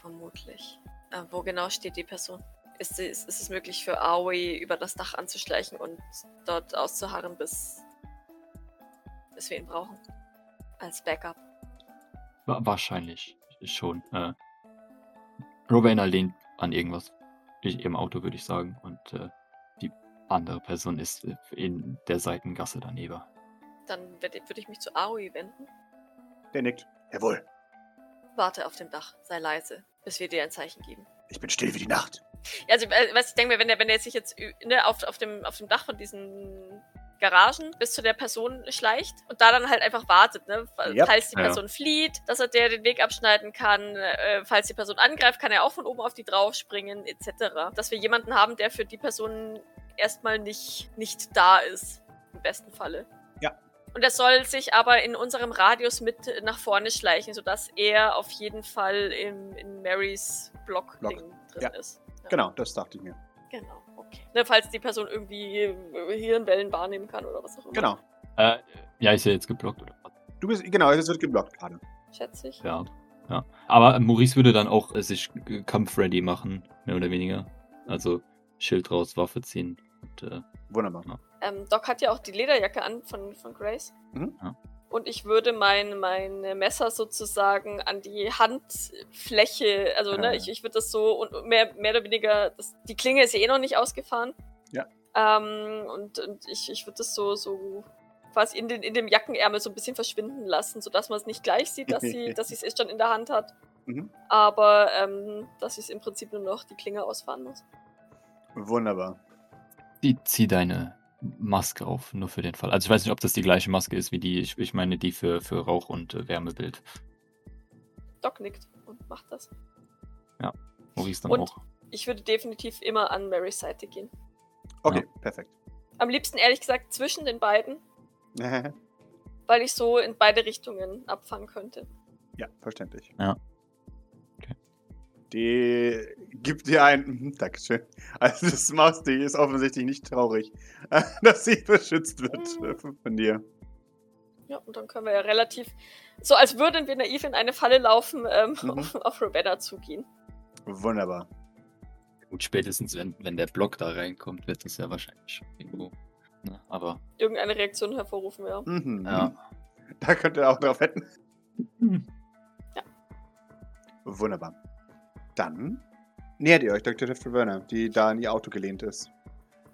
[SPEAKER 4] Vermutlich. Äh, wo genau steht die Person? Ist, sie, ist, ist es möglich für Aoi über das Dach anzuschleichen und dort auszuharren, bis, bis wir ihn brauchen? Als Backup.
[SPEAKER 5] Wa- wahrscheinlich schon. Äh, Rowena lehnt an irgendwas ich, im Auto, würde ich sagen. Und äh, die andere Person ist äh, in der Seitengasse daneben.
[SPEAKER 4] Dann würde würde ich mich zu Aoi wenden.
[SPEAKER 2] Der nickt. Jawohl,
[SPEAKER 4] Warte auf dem Dach, sei leise, bis wir dir ein Zeichen geben.
[SPEAKER 2] ich bin still wie die Nacht.
[SPEAKER 4] Ja, also, äh, weißt, du, ich denke mir, wenn der, wenn der sich jetzt ü- ne, auf, auf, dem, auf dem Dach von diesen Garagen bis zu der Person schleicht und da dann halt einfach wartet, ne? Fa-
[SPEAKER 2] Yep.
[SPEAKER 4] Falls die
[SPEAKER 5] Ja.
[SPEAKER 4] Person flieht, dass er der den Weg abschneiden kann, äh, falls die Person angreift, kann er auch von oben auf die draufspringen, etc. Dass wir jemanden haben, der für die Person erstmal nicht, nicht da ist, im besten Falle.
[SPEAKER 2] Ja.
[SPEAKER 4] Und er soll sich aber in unserem Radius mit nach vorne schleichen, sodass er auf jeden Fall im, in Marys Block-Ding drin
[SPEAKER 2] Ja.
[SPEAKER 4] ist. Ja.
[SPEAKER 2] Genau, das dachte ich mir.
[SPEAKER 4] Genau, okay. Ne, falls die Person irgendwie äh, Hirnwellen wahrnehmen kann oder was auch immer.
[SPEAKER 2] Genau.
[SPEAKER 5] Äh, ja, ist ja jetzt geblockt oder was?
[SPEAKER 2] Du bist, genau, es wird geblockt gerade.
[SPEAKER 4] Schätze ich.
[SPEAKER 5] Ja. ja. Aber Maurice würde dann auch äh, sich äh, kampfready machen, mehr oder weniger. Also Schild raus, Waffe ziehen. Und, äh,
[SPEAKER 2] Wunderbar.
[SPEAKER 4] Ähm, Doc hat ja auch die Lederjacke an von, von Grace.
[SPEAKER 2] Mhm.
[SPEAKER 5] Ja.
[SPEAKER 4] Und ich würde mein, mein Messer sozusagen an die Handfläche, also
[SPEAKER 2] Ah.
[SPEAKER 4] ne, ich, ich würde das so und mehr, mehr oder weniger, das, die Klinge ist ja eh noch nicht ausgefahren.
[SPEAKER 2] Ja.
[SPEAKER 4] Ähm, und und ich, ich würde das so, so quasi in, den, in dem Jackenärmel so ein bisschen verschwinden lassen, sodass man es nicht gleich sieht,
[SPEAKER 2] [laughs]
[SPEAKER 4] dass sie dass sie es eh schon in der Hand hat.
[SPEAKER 2] Mhm.
[SPEAKER 4] aber ähm, dass ich im Prinzip nur noch die Klinge ausfahren muss.
[SPEAKER 2] Wunderbar.
[SPEAKER 5] Die, zieh deine Maske auf, nur für den Fall. Also ich weiß nicht, ob das die gleiche Maske ist wie die, ich, ich meine die für, für Rauch und äh, Wärmebild.
[SPEAKER 4] Doc nickt und macht das.
[SPEAKER 5] Maurice dann
[SPEAKER 4] Und-
[SPEAKER 5] auch.
[SPEAKER 4] Ich würde definitiv immer an Marys Seite gehen.
[SPEAKER 2] Okay, perfekt. [laughs]
[SPEAKER 4] Am liebsten ehrlich gesagt zwischen den beiden, weil ich so in beide Richtungen abfangen könnte.
[SPEAKER 2] ja, verständlich.
[SPEAKER 5] Ja. Okay.
[SPEAKER 2] Die gibt dir ein. [laughs] Mhm, Dankeschön. Also, das machst du, ist offensichtlich nicht traurig, [laughs] dass sie beschützt wird äh, von dir.
[SPEAKER 4] Ja, und dann können wir ja relativ, so als würden wir naiv in eine Falle laufen, ähm,
[SPEAKER 2] Mhm.
[SPEAKER 4] [laughs] auf, auf Ravenna zugehen.
[SPEAKER 2] Wunderbar.
[SPEAKER 6] Gut, spätestens wenn, wenn der Block da reinkommt, wird es ja wahrscheinlich irgendwo. Ne? Aber
[SPEAKER 4] Irgendeine Reaktion hervorrufen, ja.
[SPEAKER 2] Mhm.
[SPEAKER 6] ja,
[SPEAKER 2] Da könnt ihr auch drauf wetten.
[SPEAKER 4] Ja.
[SPEAKER 2] Wunderbar. Dann nähert ihr euch Dr. Verwerner, die da in ihr Auto gelehnt ist.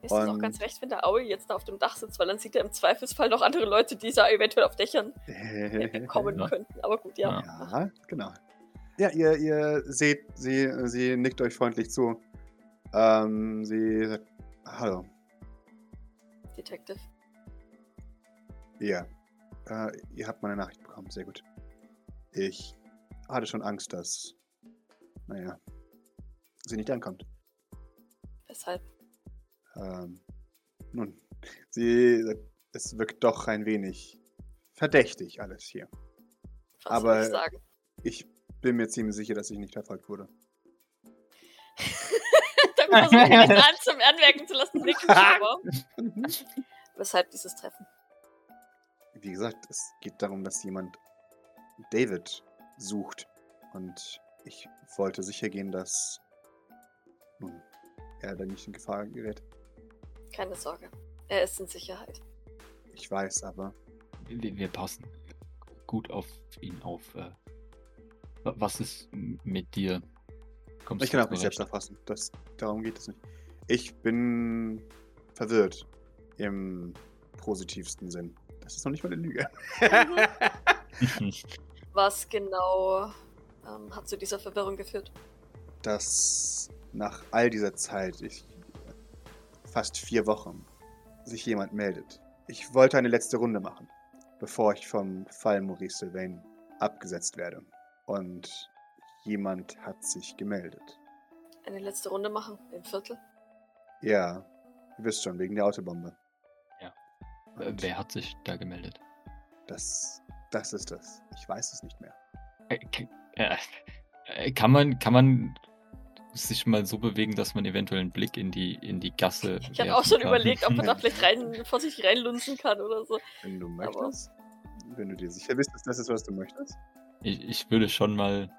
[SPEAKER 4] Ist das auch
[SPEAKER 2] Und-
[SPEAKER 4] ganz recht, wenn der Aoi jetzt da auf dem Dach sitzt, weil dann sieht er im Zweifelsfall noch andere Leute, die da eventuell auf Dächern kommen
[SPEAKER 5] Ja.
[SPEAKER 4] könnten. Aber gut, ja.
[SPEAKER 5] Ja.
[SPEAKER 2] Ja, genau. Ja, ihr, ihr seht, sie, sie nickt euch freundlich zu. Ähm, sie sagt, hallo,
[SPEAKER 4] Detective.
[SPEAKER 2] ihr. Äh, ihr habt meine Nachricht bekommen, sehr gut. Ich hatte schon Angst, dass, naja, sie nicht ankommt.
[SPEAKER 4] Weshalb?
[SPEAKER 2] Ähm, nun, sie sagt, es wirkt doch ein wenig verdächtig alles hier.
[SPEAKER 4] Was
[SPEAKER 2] Aber-
[SPEAKER 4] soll ich sagen?
[SPEAKER 2] Ich bin mir ziemlich sicher, dass ich nicht verfolgt wurde.
[SPEAKER 4] da versuche ich mich an, zum Anmerken zu lassen. Nick, aber- Weshalb dieses Treffen?
[SPEAKER 2] wie gesagt, es geht darum, dass jemand David sucht. Und ich wollte sicher gehen, dass nun, er da nicht in Gefahr gerät.
[SPEAKER 4] Keine Sorge. Er ist in Sicherheit.
[SPEAKER 2] Ich weiß aber,
[SPEAKER 5] Wir, wir passen gut auf ihn auf. Äh, wa- was ist m- mit dir? Kommst
[SPEAKER 2] Genau, ich kann
[SPEAKER 5] du
[SPEAKER 2] auch mich
[SPEAKER 5] zurecht?
[SPEAKER 2] selbst erfassen. Das, darum geht es nicht. Ich bin verwirrt im positivsten Sinn. Das ist noch nicht mal eine Lüge. [laughs]
[SPEAKER 4] Was genau ähm, hat zu dieser Verwirrung geführt?
[SPEAKER 2] dass nach all dieser Zeit, ich, fast vier Wochen, sich jemand meldet. Ich wollte eine letzte Runde machen, bevor ich vom Fall Maurice Sylvain abgesetzt werde. Und jemand hat sich gemeldet.
[SPEAKER 4] Eine letzte Runde machen im Viertel?
[SPEAKER 2] Ja, ihr wisst schon, wegen der Autobombe.
[SPEAKER 5] Ja. Äh,
[SPEAKER 2] Und
[SPEAKER 5] Wer hat sich da gemeldet?
[SPEAKER 2] das, das ist das. Ich weiß es nicht mehr.
[SPEAKER 5] Äh, k- äh, äh, Kann man, kann man sich mal so bewegen, dass man eventuell einen Blick in die, in die Gasse.
[SPEAKER 4] Ich habe auch
[SPEAKER 5] werfen
[SPEAKER 4] schon
[SPEAKER 5] kann?
[SPEAKER 4] überlegt,
[SPEAKER 5] [laughs]
[SPEAKER 4] ob man da vielleicht rein, vorsichtig reinlunzen kann oder so.
[SPEAKER 2] Wenn du
[SPEAKER 4] Aber-
[SPEAKER 2] möchtest, wenn du dir sicher bist, dass das ist, was du möchtest.
[SPEAKER 5] Ich, ich würde schon mal.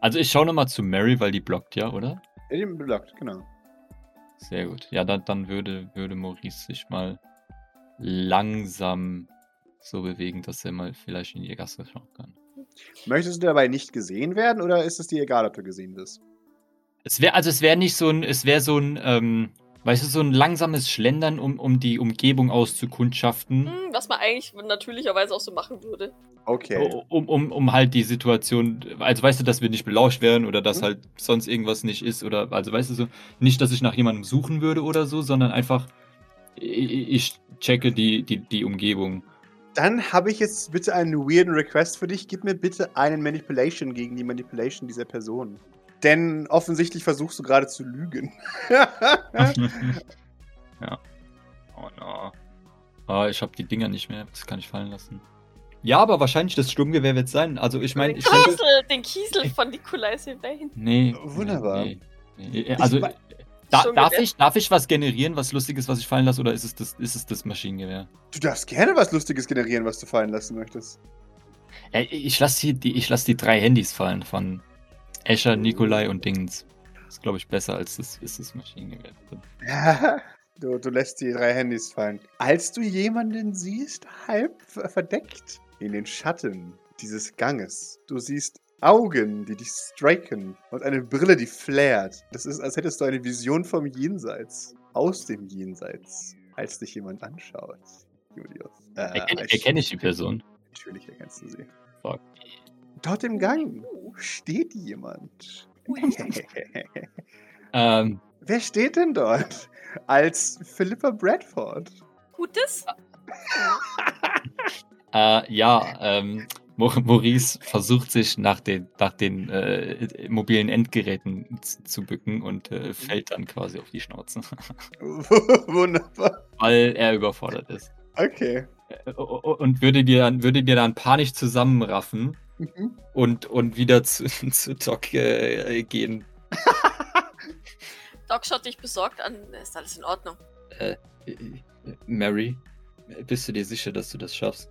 [SPEAKER 5] Also ich schaue nochmal zu Mary, weil die blockt ja, oder?
[SPEAKER 2] Ja, den blockt, genau.
[SPEAKER 5] Sehr gut. Ja, dann, dann würde, würde Maurice sich mal langsam so bewegen, dass er mal vielleicht in die Gasse schauen kann.
[SPEAKER 2] Möchtest du dabei nicht gesehen werden oder ist es dir egal, ob du gesehen wirst?
[SPEAKER 5] Es wäre, also es wäre nicht so ein, es wäre so ein, ähm, weißt du, so ein langsames Schlendern, um, um die Umgebung auszukundschaften.
[SPEAKER 4] Hm, was man eigentlich natürlicherweise auch so machen würde.
[SPEAKER 2] Okay.
[SPEAKER 5] Um, um, um halt die Situation, also weißt du, dass wir nicht belauscht werden oder dass
[SPEAKER 2] Mhm.
[SPEAKER 5] halt sonst irgendwas nicht ist oder, also weißt du so, nicht, dass ich nach jemandem suchen würde oder so, sondern einfach, ich, ich checke die, die, die Umgebung.
[SPEAKER 2] Dann habe ich jetzt bitte einen weirden Request für dich. Gib mir bitte einen Manipulation gegen die Manipulation dieser Person. Denn offensichtlich versuchst du gerade zu lügen. [laughs]
[SPEAKER 5] [laughs] ja. Oh no. Ah, ich habe die Dinger nicht mehr. Das kann ich fallen lassen. Ja, aber wahrscheinlich das Sturmgewehr wird sein. Also ich meine,
[SPEAKER 4] den,
[SPEAKER 5] ich denke,
[SPEAKER 4] Kiesel, den Kiesel von Nikolai Sylvain.
[SPEAKER 5] nee.
[SPEAKER 2] Wunderbar.
[SPEAKER 5] Nee, nee. Äh, Also
[SPEAKER 2] Ich wei-
[SPEAKER 5] da,
[SPEAKER 4] Sturmgewehr.
[SPEAKER 5] darf ich darf ich was generieren, was lustiges, was ich fallen lasse oder ist es das ist es das Maschinengewehr?
[SPEAKER 2] Du darfst gerne was Lustiges generieren, was du fallen lassen möchtest.
[SPEAKER 5] Äh, ich lasse die, die ich lasse die drei Handys fallen von Escher, Nikolai und Dingens. Ist glaube ich besser als das ist das Maschinengewehr.
[SPEAKER 2] [laughs] du, du lässt die drei Handys fallen. Als du jemanden siehst, halb ver- verdeckt in den Schatten dieses Ganges, du siehst Augen, die dich striken und eine Brille, die flärt. Das ist, als hättest du eine Vision vom Jenseits, aus dem Jenseits, als dich jemand anschaut. Julius. Äh,
[SPEAKER 5] Erkenne
[SPEAKER 2] als-
[SPEAKER 5] erkenne ich die Person?
[SPEAKER 2] Natürlich erkennst du sie.
[SPEAKER 5] Fuck.
[SPEAKER 2] Dort im Gang steht
[SPEAKER 5] [laughs]
[SPEAKER 2] jemand. [laughs]
[SPEAKER 5] Ähm,
[SPEAKER 2] Wer steht denn dort? Als Philippa Bradford.
[SPEAKER 4] Gutes?
[SPEAKER 5] Äh, ja, ähm, Mo- Maurice versucht sich nach den, nach den äh, mobilen Endgeräten z- zu bücken und äh, fällt dann quasi auf die Schnauze, [laughs]
[SPEAKER 2] [laughs] Wunderbar.
[SPEAKER 5] weil er überfordert ist.
[SPEAKER 2] Okay.
[SPEAKER 5] Äh, o- o- Und würde dir dann, würde dir dann panisch zusammenraffen
[SPEAKER 2] Mhm.
[SPEAKER 5] und, und wieder zu, [laughs] zu Doc äh, gehen.
[SPEAKER 4] Doc schaut dich besorgt an. Ist alles in Ordnung?
[SPEAKER 6] Mary, bist du dir sicher, dass du das schaffst?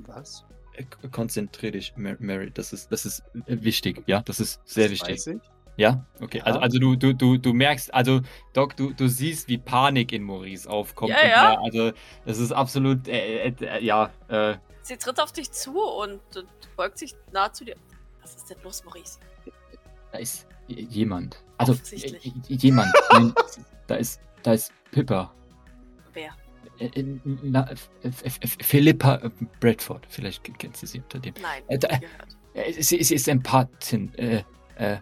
[SPEAKER 2] Was?
[SPEAKER 6] K- Konzentrier dich, Ma- Mary. Das ist, das
[SPEAKER 5] Das ist äh, wichtig, ja, das ist sehr wichtig.
[SPEAKER 2] Weiß ich.
[SPEAKER 5] Ja, okay. Also,
[SPEAKER 2] Ja.
[SPEAKER 5] also du, du, du, du merkst, also Doc, du, du siehst, wie Panik in Maurice aufkommt.
[SPEAKER 4] Ja, ja.
[SPEAKER 5] er- Also das ist absolut, äh, äh, äh, ja, äh,
[SPEAKER 4] Sie tritt auf dich zu und, und beugt sich nahe zu dir. Was ist denn los, Maurice?
[SPEAKER 5] da ist j- jemand. Also
[SPEAKER 4] Offensichtlich. [laughs]
[SPEAKER 5] j- j- jemand. Nein, da ist, da ist Pippa.
[SPEAKER 4] Wer?
[SPEAKER 5] Äh, äh, na, F- F- F- Philippa äh, Bradford, vielleicht kennst du sie unter dem.
[SPEAKER 4] Nein,
[SPEAKER 5] Äh, da-
[SPEAKER 4] nie gehört.
[SPEAKER 5] Äh, Sie, sie ist Empathin. Äh, äh,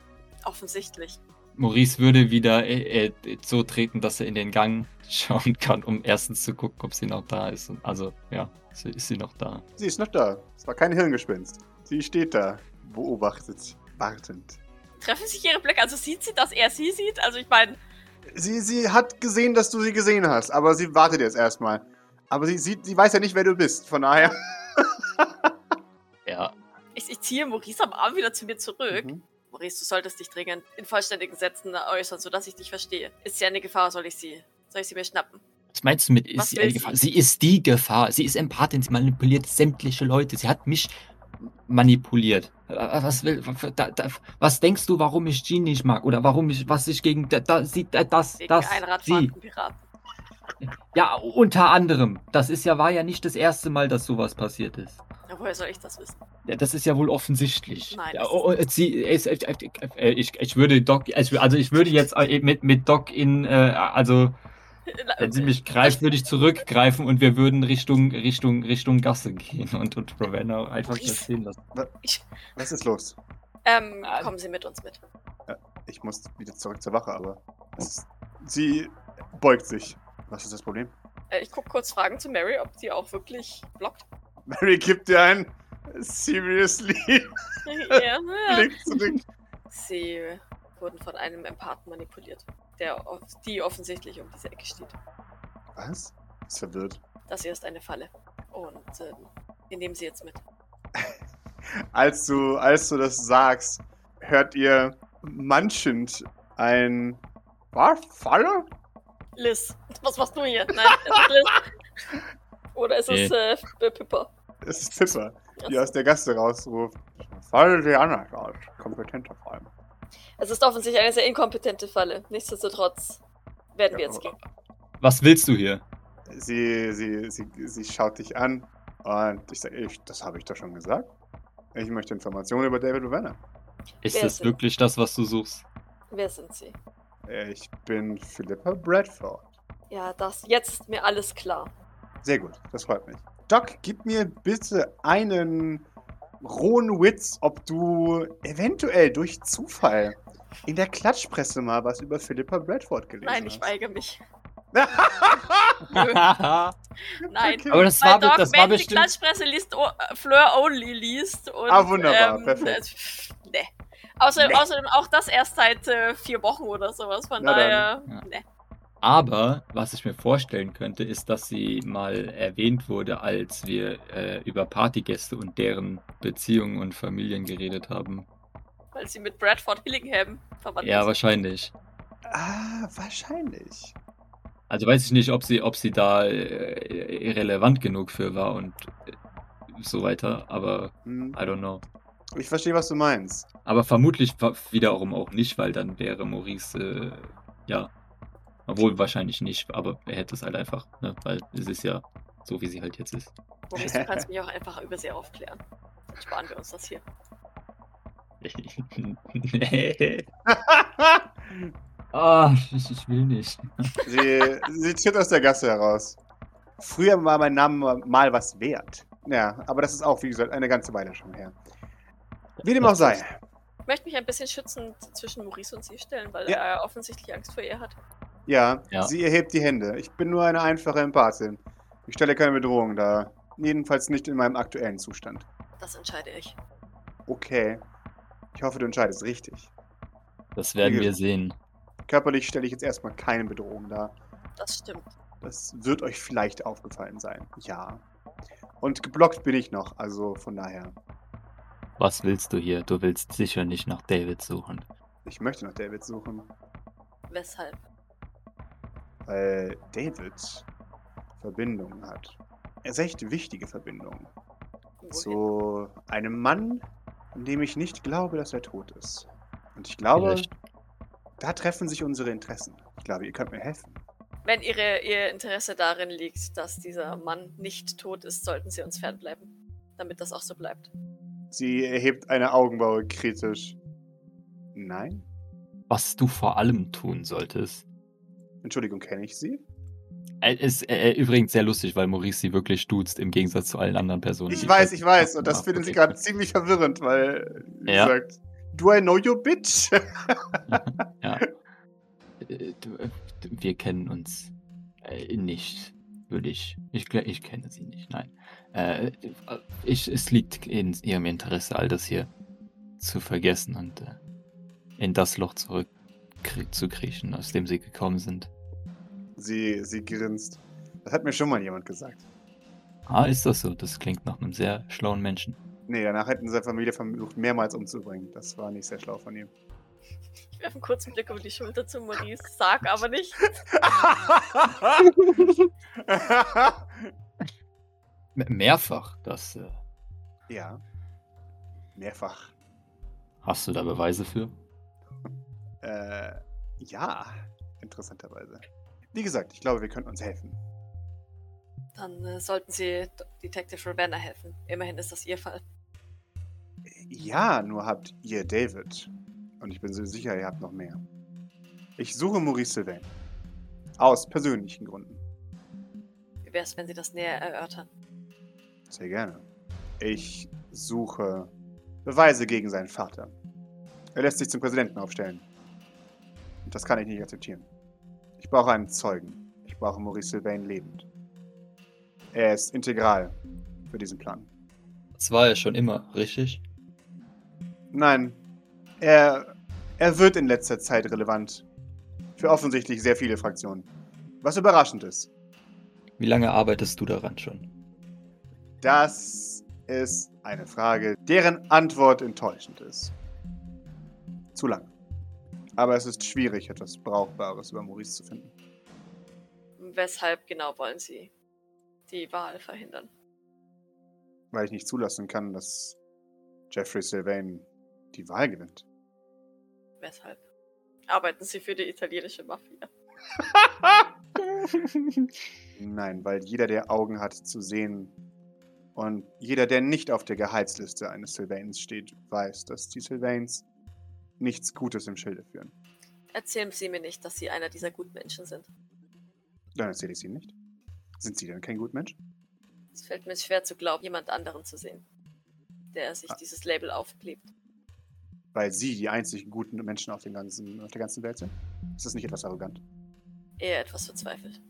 [SPEAKER 4] Offensichtlich.
[SPEAKER 5] Maurice würde wieder äh, äh, so treten, dass er in den Gang [laughs] schauen kann, um erstens zu gucken, ob sie noch da ist. Und Also, ja, sie, ist sie noch da?
[SPEAKER 2] Sie ist noch da. Es war kein Hirngespinst. Sie steht da, beobachtet, wartend.
[SPEAKER 4] Treffen sich ihre Blicke? Also sieht sie, dass er sie sieht? Also ich meine,
[SPEAKER 2] Sie, sie hat gesehen, dass du sie gesehen hast, aber sie wartet jetzt erstmal. Aber sie, sieht, sie weiß ja nicht, wer du bist, von daher.
[SPEAKER 5] Ja.
[SPEAKER 4] ich, ich ziehe Maurice am Arm wieder zu mir zurück.
[SPEAKER 2] Mhm.
[SPEAKER 4] Maurice, du solltest dich dringend in vollständigen Sätzen äußern, sodass ich dich verstehe. Ist sie eine Gefahr, soll ich sie, soll ich sie mir schnappen?
[SPEAKER 5] Was meinst du mit ist
[SPEAKER 4] Was
[SPEAKER 5] sie eine
[SPEAKER 4] will
[SPEAKER 5] Gefahr?
[SPEAKER 4] sie?
[SPEAKER 5] Sie ist die Gefahr. Sie ist Empathin. Sie manipuliert sämtliche Leute. Sie hat mich manipuliert. Äh, Was, will, wa- da, da, was denkst du, warum ich Jean nicht mag? Oder warum ich, was ich gegen da, da, sie, da, das,
[SPEAKER 4] Wegen
[SPEAKER 5] das, sie?
[SPEAKER 4] einradfahrenden Piraten.
[SPEAKER 5] Ja, unter anderem. Das ist ja, war ja nicht das erste Mal, dass sowas passiert ist.
[SPEAKER 4] Ja, woher soll ich das wissen? [laughs]
[SPEAKER 5] Ja, das ist ja wohl offensichtlich.
[SPEAKER 4] Nein,
[SPEAKER 5] ja,
[SPEAKER 4] das ist
[SPEAKER 5] oh, oh, sie, es- äh, äh, ich, ich würde Doc, es- also ich würde jetzt äh, mit, mit Doc in, äh, also wenn sie mich greift, würde ich zurückgreifen und wir würden Richtung, Richtung, Richtung Gasse gehen [laughs] und, und Ravenna einfach
[SPEAKER 4] Maurice.
[SPEAKER 5] das stehen lassen.
[SPEAKER 2] Was ist los?
[SPEAKER 4] Ähm,
[SPEAKER 5] Ah.
[SPEAKER 4] kommen Sie mit uns mit.
[SPEAKER 2] Ich muss wieder zurück zur Wache, aber. Es ist, sie beugt sich. Was ist das Problem? [laughs]
[SPEAKER 4] Äh, ich gucke kurz Fragen zu Mary, ob sie auch wirklich blockt. [laughs]
[SPEAKER 2] Mary gibt dir ein. Seriously. [laughs]
[SPEAKER 5] [laughs]
[SPEAKER 4] ja.
[SPEAKER 2] Blick zurück.
[SPEAKER 4] Sie wurden von einem Empathen manipuliert, der off die offensichtlich um diese Ecke steht.
[SPEAKER 2] Was? Ist verwirrt.
[SPEAKER 4] Das hier ist eine Falle. Und ähm, wir nehmen sie jetzt mit.
[SPEAKER 2] Als du, als du das sagst, hört ihr manchend ein. Was? Falle?
[SPEAKER 4] Liz, was machst du hier? Nein, es ist Liz.
[SPEAKER 2] [laughs]
[SPEAKER 4] Oder ist es äh, P- Pippa?
[SPEAKER 2] Es ist Pippa, die
[SPEAKER 4] Ja.
[SPEAKER 2] aus der Gasse rausruft. Falle die anders aus. Kompetenter vor allem.
[SPEAKER 4] Es ist offensichtlich eine sehr inkompetente Falle. Nichtsdestotrotz werden wir
[SPEAKER 2] Ja,
[SPEAKER 4] jetzt gehen.
[SPEAKER 5] Was willst du hier?
[SPEAKER 2] Sie, sie, sie, sie schaut dich an und ich sage, ich, das habe ich doch schon gesagt. Ich möchte Informationen über David Ravenna.
[SPEAKER 5] Ist
[SPEAKER 4] Wer
[SPEAKER 5] das
[SPEAKER 4] sind-
[SPEAKER 5] wirklich das, was du suchst?
[SPEAKER 4] [laughs] Wer sind sie?
[SPEAKER 2] Ich bin Philippa Bradford.
[SPEAKER 4] Ja, das. Jetzt ist mir alles klar.
[SPEAKER 2] Sehr gut, das freut mich. Doc, gib mir bitte einen rohen Witz, ob du eventuell durch Zufall in der Klatschpresse mal was über Philippa Bradford gelesen
[SPEAKER 4] Nein, ich
[SPEAKER 2] hast.
[SPEAKER 4] weigere [laughs] mich. Nö.
[SPEAKER 5] Aber
[SPEAKER 4] Nein.
[SPEAKER 2] Okay.
[SPEAKER 5] das war,
[SPEAKER 4] Weil Doc,
[SPEAKER 5] das
[SPEAKER 4] wenn
[SPEAKER 5] war
[SPEAKER 4] die
[SPEAKER 5] bestimmt.
[SPEAKER 4] Klatschpresse liest, o- äh, Fleur Only liest und.
[SPEAKER 2] Ah, wunderbar,
[SPEAKER 4] ähm,
[SPEAKER 2] perfekt.
[SPEAKER 4] das- pff, nee. Außerdem,
[SPEAKER 2] Nee.
[SPEAKER 4] außerdem auch das erst seit äh, vier Wochen oder sowas. Von
[SPEAKER 2] Na dann.
[SPEAKER 4] daher.
[SPEAKER 5] Ja.
[SPEAKER 4] Nee.
[SPEAKER 5] Aber was ich mir vorstellen könnte, ist, dass sie mal erwähnt wurde, als wir äh, über Partygäste und deren Beziehungen und Familien geredet haben.
[SPEAKER 4] Weil sie mit Bradford Hillingham verwandt
[SPEAKER 5] Ja,
[SPEAKER 4] ist.
[SPEAKER 5] wahrscheinlich.
[SPEAKER 2] Ah, wahrscheinlich.
[SPEAKER 5] Also weiß ich nicht, ob sie, ob sie da äh, relevant genug für war und äh, so weiter, aber
[SPEAKER 2] Hm,
[SPEAKER 5] I don't know.
[SPEAKER 2] Ich verstehe, was du meinst. [laughs]
[SPEAKER 5] Aber vermutlich wa- wiederum auch nicht, weil dann wäre Maurice, äh, ja, obwohl wahrscheinlich nicht, aber er hätte es halt einfach, ne? weil es ist ja so, wie sie halt jetzt [laughs] ist.
[SPEAKER 4] Maurice, du kannst mich auch einfach über sie aufklären. Dann sparen wir uns das hier.
[SPEAKER 5] nee. Ah, ich, ich will nicht.
[SPEAKER 2] Sie, sie tritt aus der Gasse heraus. Früher war mein Name mal was wert. Ja, aber das ist auch, wie gesagt, eine ganze Weile schon her. Wie dem auch sei.
[SPEAKER 4] Ich möchte mich ein bisschen schützend zwischen Maurice und sie stellen, weil
[SPEAKER 2] Ja.
[SPEAKER 4] er offensichtlich Angst vor ihr hat.
[SPEAKER 2] Ja,
[SPEAKER 5] Ja.
[SPEAKER 2] sie erhebt die Hände. Ich bin nur eine einfache Empathin. Ich stelle keine Bedrohung dar. Jedenfalls nicht in meinem aktuellen Zustand.
[SPEAKER 4] Das entscheide ich.
[SPEAKER 2] Okay. Ich hoffe, du entscheidest richtig.
[SPEAKER 5] Das werden
[SPEAKER 2] Okay.
[SPEAKER 5] wir sehen.
[SPEAKER 2] Körperlich stelle ich jetzt erstmal keine Bedrohung dar.
[SPEAKER 4] Das stimmt.
[SPEAKER 2] Das wird euch vielleicht aufgefallen sein. Ja. Und geblockt bin ich noch, also von daher.
[SPEAKER 5] Was willst du hier? Du willst sicher nicht nach David suchen.
[SPEAKER 2] Ich möchte nach David suchen,
[SPEAKER 4] Weshalb?
[SPEAKER 2] weil David Verbindungen hat. Er ist echt wichtige Verbindungen.
[SPEAKER 4] Wohin?
[SPEAKER 2] Zu einem Mann, von dem ich nicht glaube, dass er tot ist. Und ich glaube,
[SPEAKER 5] Vielleicht.
[SPEAKER 2] da treffen sich unsere Interessen. Ich glaube, ihr könnt mir helfen.
[SPEAKER 4] Wenn ihre, Ihr Interesse darin liegt, dass dieser Mann nicht tot ist, sollten Sie uns fernbleiben. Damit das auch so bleibt.
[SPEAKER 2] Sie erhebt eine Augenbraue kritisch. Nein?
[SPEAKER 5] Was du vor allem tun solltest,
[SPEAKER 2] Entschuldigung, kenne ich sie?
[SPEAKER 5] Äh, Ist äh, übrigens sehr lustig, weil Maurice sie wirklich duzt, im Gegensatz zu allen anderen Personen.
[SPEAKER 2] Ich
[SPEAKER 5] die
[SPEAKER 2] weiß,
[SPEAKER 5] halt-
[SPEAKER 2] ich weiß. Und das
[SPEAKER 5] Ah,
[SPEAKER 2] finden sie
[SPEAKER 5] okay.
[SPEAKER 2] gerade ziemlich verwirrend, weil sie
[SPEAKER 5] Ja.
[SPEAKER 2] sagt, do I know you, bitch? [laughs]
[SPEAKER 5] Äh, du, äh, Wir kennen uns äh, nicht, würde ich. Ich, gl- ich kenne sie nicht, nein. Äh, ich, es liegt in ihrem Interesse, all das hier zu vergessen und äh, in das Loch zurückzukriechen, aus dem sie gekommen sind.
[SPEAKER 2] sie, sie grinst. Das hat mir schon mal jemand gesagt.
[SPEAKER 5] Ah, ist das so? Das klingt nach einem sehr schlauen Menschen.
[SPEAKER 2] Nee, danach hätten seine Familie versucht, mehrmals umzubringen. Das war nicht sehr schlau von ihm.
[SPEAKER 4] Ich werfe einen kurzen Blick über die Schulter zu Maurice, sag aber nicht.
[SPEAKER 5] M mehrfach, das. Äh,
[SPEAKER 2] ja. Mehrfach.
[SPEAKER 5] hast du da Beweise für?
[SPEAKER 2] Äh, ja, interessanterweise. Wie gesagt, ich glaube, wir könnten uns helfen.
[SPEAKER 4] Dann äh, sollten sie D- Detective Ravenna helfen. Immerhin ist das ihr Fall.
[SPEAKER 2] Ja, nur habt ihr David. Und ich bin so sicher, ihr habt noch mehr. Ich suche Maurice Sylvain. Aus persönlichen Gründen.
[SPEAKER 4] Wie wäre es, wenn sie das näher erörtern?
[SPEAKER 2] Sehr gerne. Ich suche Beweise gegen seinen Vater. Er lässt sich zum Präsidenten aufstellen. Und das kann ich nicht akzeptieren. Ich brauche einen Zeugen. Ich brauche Maurice Sylvain lebend. Er ist integral für diesen Plan.
[SPEAKER 6] Das war ja schon immer, richtig?
[SPEAKER 2] Nein, er, er wird in letzter Zeit relevant. Für offensichtlich sehr viele Fraktionen. Was überraschend ist.
[SPEAKER 6] Wie lange arbeitest du daran schon?
[SPEAKER 2] Das ist eine Frage, deren Antwort enttäuschend ist. Zu lang. Aber es ist schwierig, etwas Brauchbares über Maurice zu finden.
[SPEAKER 4] Weshalb genau wollen sie die Wahl verhindern?
[SPEAKER 2] Weil ich nicht zulassen kann, dass Jeffrey Sylvain die Wahl gewinnt.
[SPEAKER 4] Weshalb? Arbeiten sie für die italienische Mafia?
[SPEAKER 2] Nein, weil jeder, der Augen hat, zu sehen und jeder, der nicht auf der Gehaltsliste eines Sylvains steht, weiß, dass die Sylvains nichts Gutes im Schilde führen.
[SPEAKER 4] Erzählen sie mir nicht, dass sie einer dieser Gutmenschen sind.
[SPEAKER 2] Dann erzähle ich sie nicht. Sind sie denn kein Gutmensch?
[SPEAKER 4] Es fällt mir schwer zu glauben, jemand anderen zu sehen, der sich dieses Label aufklebt.
[SPEAKER 2] weil sie die einzigen guten Menschen auf, dem ganzen, auf der ganzen Welt sind? Ist das nicht etwas arrogant?
[SPEAKER 4] Eher etwas verzweifelt.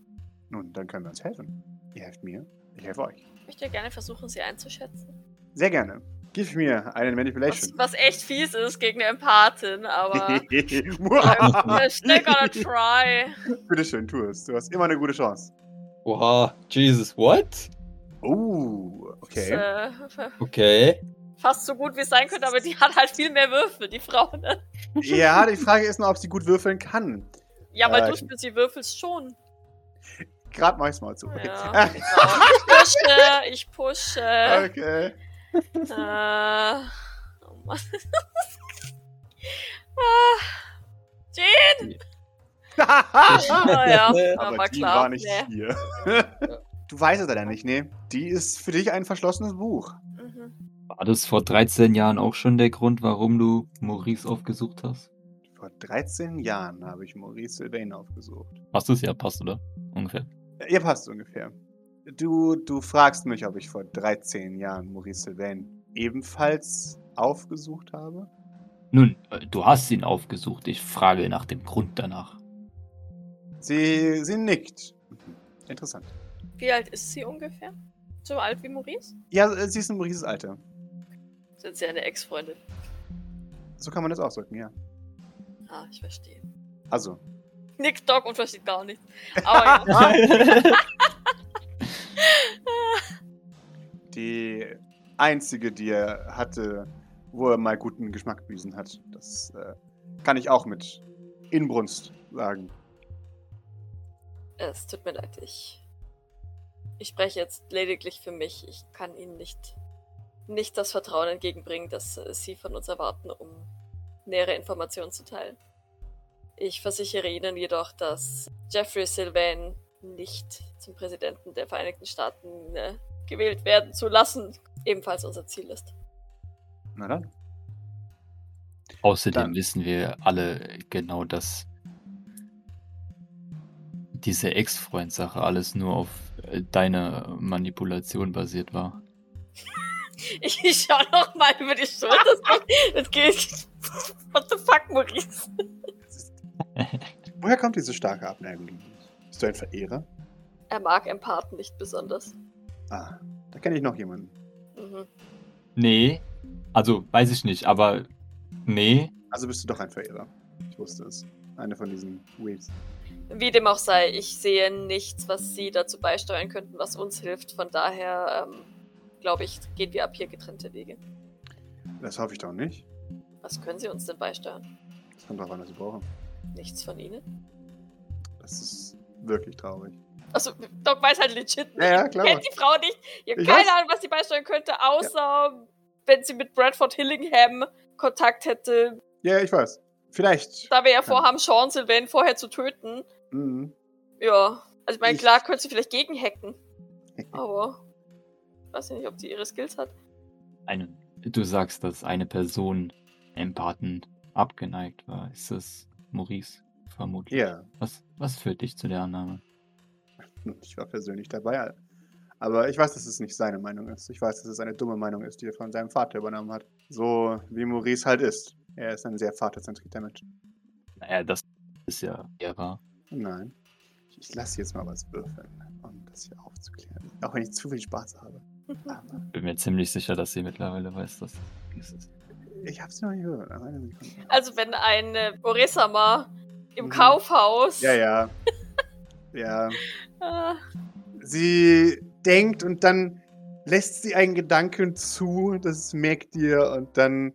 [SPEAKER 2] Nun, dann können wir uns helfen. Ihr helft mir, ich helfe euch.
[SPEAKER 4] Ich möchte gerne versuchen, sie einzuschätzen.
[SPEAKER 2] Sehr gerne. Gib mir einen
[SPEAKER 4] Was,
[SPEAKER 2] Manipulation.
[SPEAKER 4] was echt fies ist gegen eine
[SPEAKER 2] [laughs]
[SPEAKER 4] Empathin, aber.
[SPEAKER 2] Wow.
[SPEAKER 4] Still gonna try.
[SPEAKER 2] Bitte schön, tu es. Du hast immer eine gute Chance.
[SPEAKER 6] Oha, Jesus, what?
[SPEAKER 2] Oh, okay.
[SPEAKER 4] Das, äh,
[SPEAKER 6] Okay.
[SPEAKER 4] fast so gut wie es sein könnte, aber die hat halt viel mehr Würfel, die Frau. Ne?
[SPEAKER 2] Ja, die Frage ist nur, ob sie gut würfeln kann.
[SPEAKER 4] Ja, weil
[SPEAKER 2] Äh,
[SPEAKER 4] du spielst, sie würfelst schon.
[SPEAKER 2] Gerade mach ich's mal zu. [laughs]
[SPEAKER 4] Ja, genau. Ich pushe, ich pushe.
[SPEAKER 2] okay.
[SPEAKER 4] Äh, oh
[SPEAKER 2] [laughs]
[SPEAKER 4] Mann.
[SPEAKER 2] [laughs]
[SPEAKER 4] Ah, ja, aber,
[SPEAKER 2] Aber die
[SPEAKER 4] klar.
[SPEAKER 2] war nicht
[SPEAKER 4] nee.
[SPEAKER 2] hier. [laughs] Du weißt es leider nicht, nee. Die ist für dich ein verschlossenes Buch.
[SPEAKER 4] Mhm.
[SPEAKER 5] War das vor 13 Jahren auch schon der Grund, warum du Maurice aufgesucht hast?
[SPEAKER 2] Vor 13 Jahren habe ich Maurice Sylvain aufgesucht.
[SPEAKER 5] Hast du es ja, passt, oder? Ungefähr.
[SPEAKER 2] Ihr passt ungefähr. Du, du fragst mich, ob ich vor 13 Jahren Maurice Sylvain ebenfalls aufgesucht habe?
[SPEAKER 5] Nun, äh, du hast ihn aufgesucht. Ich frage nach dem Grund danach.
[SPEAKER 2] Sie, sie nickt. Mhm. Interessant.
[SPEAKER 4] Wie alt ist sie ungefähr? So alt wie Maurice?
[SPEAKER 2] Ja, äh, sie ist in Maurices Alter.
[SPEAKER 4] Sind sie eine Ex-Freundin?
[SPEAKER 2] So kann man das ausdrücken, ja.
[SPEAKER 4] Ah, ich verstehe.
[SPEAKER 2] Also,
[SPEAKER 4] Nick Dog und versteht gar nichts.
[SPEAKER 2] [laughs]
[SPEAKER 4] Aber ja.
[SPEAKER 2] die einzige, die er hatte, wo er mal guten Geschmack bewiesen hat, das äh, kann ich auch mit Inbrunst sagen.
[SPEAKER 4] Es tut mir leid, ich. Ich spreche jetzt lediglich für mich. Ich kann Ihnen nicht, nicht das Vertrauen entgegenbringen, das äh, Sie von uns erwarten, um nähere Informationen zu teilen. Ich versichere Ihnen jedoch, dass Jeffrey Sylvain nicht zum Präsidenten der Vereinigten Staaten äh, gewählt werden zu lassen, ebenfalls unser Ziel ist. [laughs]
[SPEAKER 2] Na dann.
[SPEAKER 5] Außerdem
[SPEAKER 2] Dann-
[SPEAKER 5] wissen wir alle genau, dass diese Ex-Freund-Sache alles nur auf äh, deiner Manipulation basiert war.
[SPEAKER 4] Ich, ich schau noch mal über die Schulter. [laughs] Das- Das geht. What the fuck, Maurice?
[SPEAKER 2] Woher kommt diese starke Abneigung gegen ihn? Bist du ein Verehrer?
[SPEAKER 4] Er mag Empathen nicht besonders.
[SPEAKER 2] Ah, da kenne ich noch jemanden.
[SPEAKER 4] Mhm.
[SPEAKER 5] Nee. Also, weiß ich nicht, aber nee.
[SPEAKER 2] Also bist du doch ein Verehrer. Ich wusste es. Eine von diesen Waves.
[SPEAKER 4] Wie dem auch sei, ich sehe nichts, was sie dazu beisteuern könnten, was uns hilft. Von daher, ähm, glaube ich, gehen wir ab hier getrennte Wege.
[SPEAKER 2] Das hoffe ich doch nicht.
[SPEAKER 4] Was können sie uns denn beisteuern?
[SPEAKER 2] Das kommt drauf an, was wir brauchen.
[SPEAKER 4] Nichts von ihnen?
[SPEAKER 2] Das ist wirklich traurig.
[SPEAKER 4] Also, Doc weiß halt legit nicht.
[SPEAKER 2] Ja, ja, klar.
[SPEAKER 4] Kennt die Frau nicht. Ich habe
[SPEAKER 2] Ich
[SPEAKER 4] keine
[SPEAKER 2] weiß.
[SPEAKER 4] Ahnung, was sie beisteuern könnte, außer wenn sie mit Bradford Hillingham Kontakt hätte,
[SPEAKER 2] Ja, ich weiß. Vielleicht.
[SPEAKER 4] da wir ja
[SPEAKER 2] Kann-
[SPEAKER 4] vorhaben, Sean Sylvain vorher zu töten.
[SPEAKER 2] Mhm.
[SPEAKER 4] Ja. Also ich meine,
[SPEAKER 2] Ich-
[SPEAKER 4] klar, könnte sie
[SPEAKER 2] [laughs]
[SPEAKER 4] vielleicht gegenhacken. Aber weiß ich nicht, ob sie ihre Skills hat.
[SPEAKER 5] Eine, du sagst, dass eine Person Empathen abgeneigt war. Ist das Maurice? Vermutlich.
[SPEAKER 2] Ja, Hm,
[SPEAKER 5] Was, was führt dich zu der Annahme?
[SPEAKER 2] ich war persönlich dabei. Aber ich weiß, dass es nicht seine Meinung ist. Ich weiß, dass es eine dumme Meinung ist, die er von seinem Vater übernommen hat. So wie Maurice halt ist. Er ist ein sehr vaterzentrierter Mensch.
[SPEAKER 5] Naja, das ist ja eher wahr.
[SPEAKER 2] Nein. Ich lasse jetzt mal was würfeln, um das hier aufzuklären. Auch wenn ich zu viel Spaß habe. Aber
[SPEAKER 5] Bin mir ziemlich sicher, dass sie mittlerweile weiß, dass es ist.
[SPEAKER 2] ich hab's noch nicht gehört. Also eine Sekunde.
[SPEAKER 4] Also wenn ein äh, Oresama im
[SPEAKER 2] Mhm.
[SPEAKER 4] Kaufhaus
[SPEAKER 2] Ja, ja. ja.
[SPEAKER 4] Ah,
[SPEAKER 2] Sie denkt und dann lässt sie einen Gedanken zu, das merkt ihr, und dann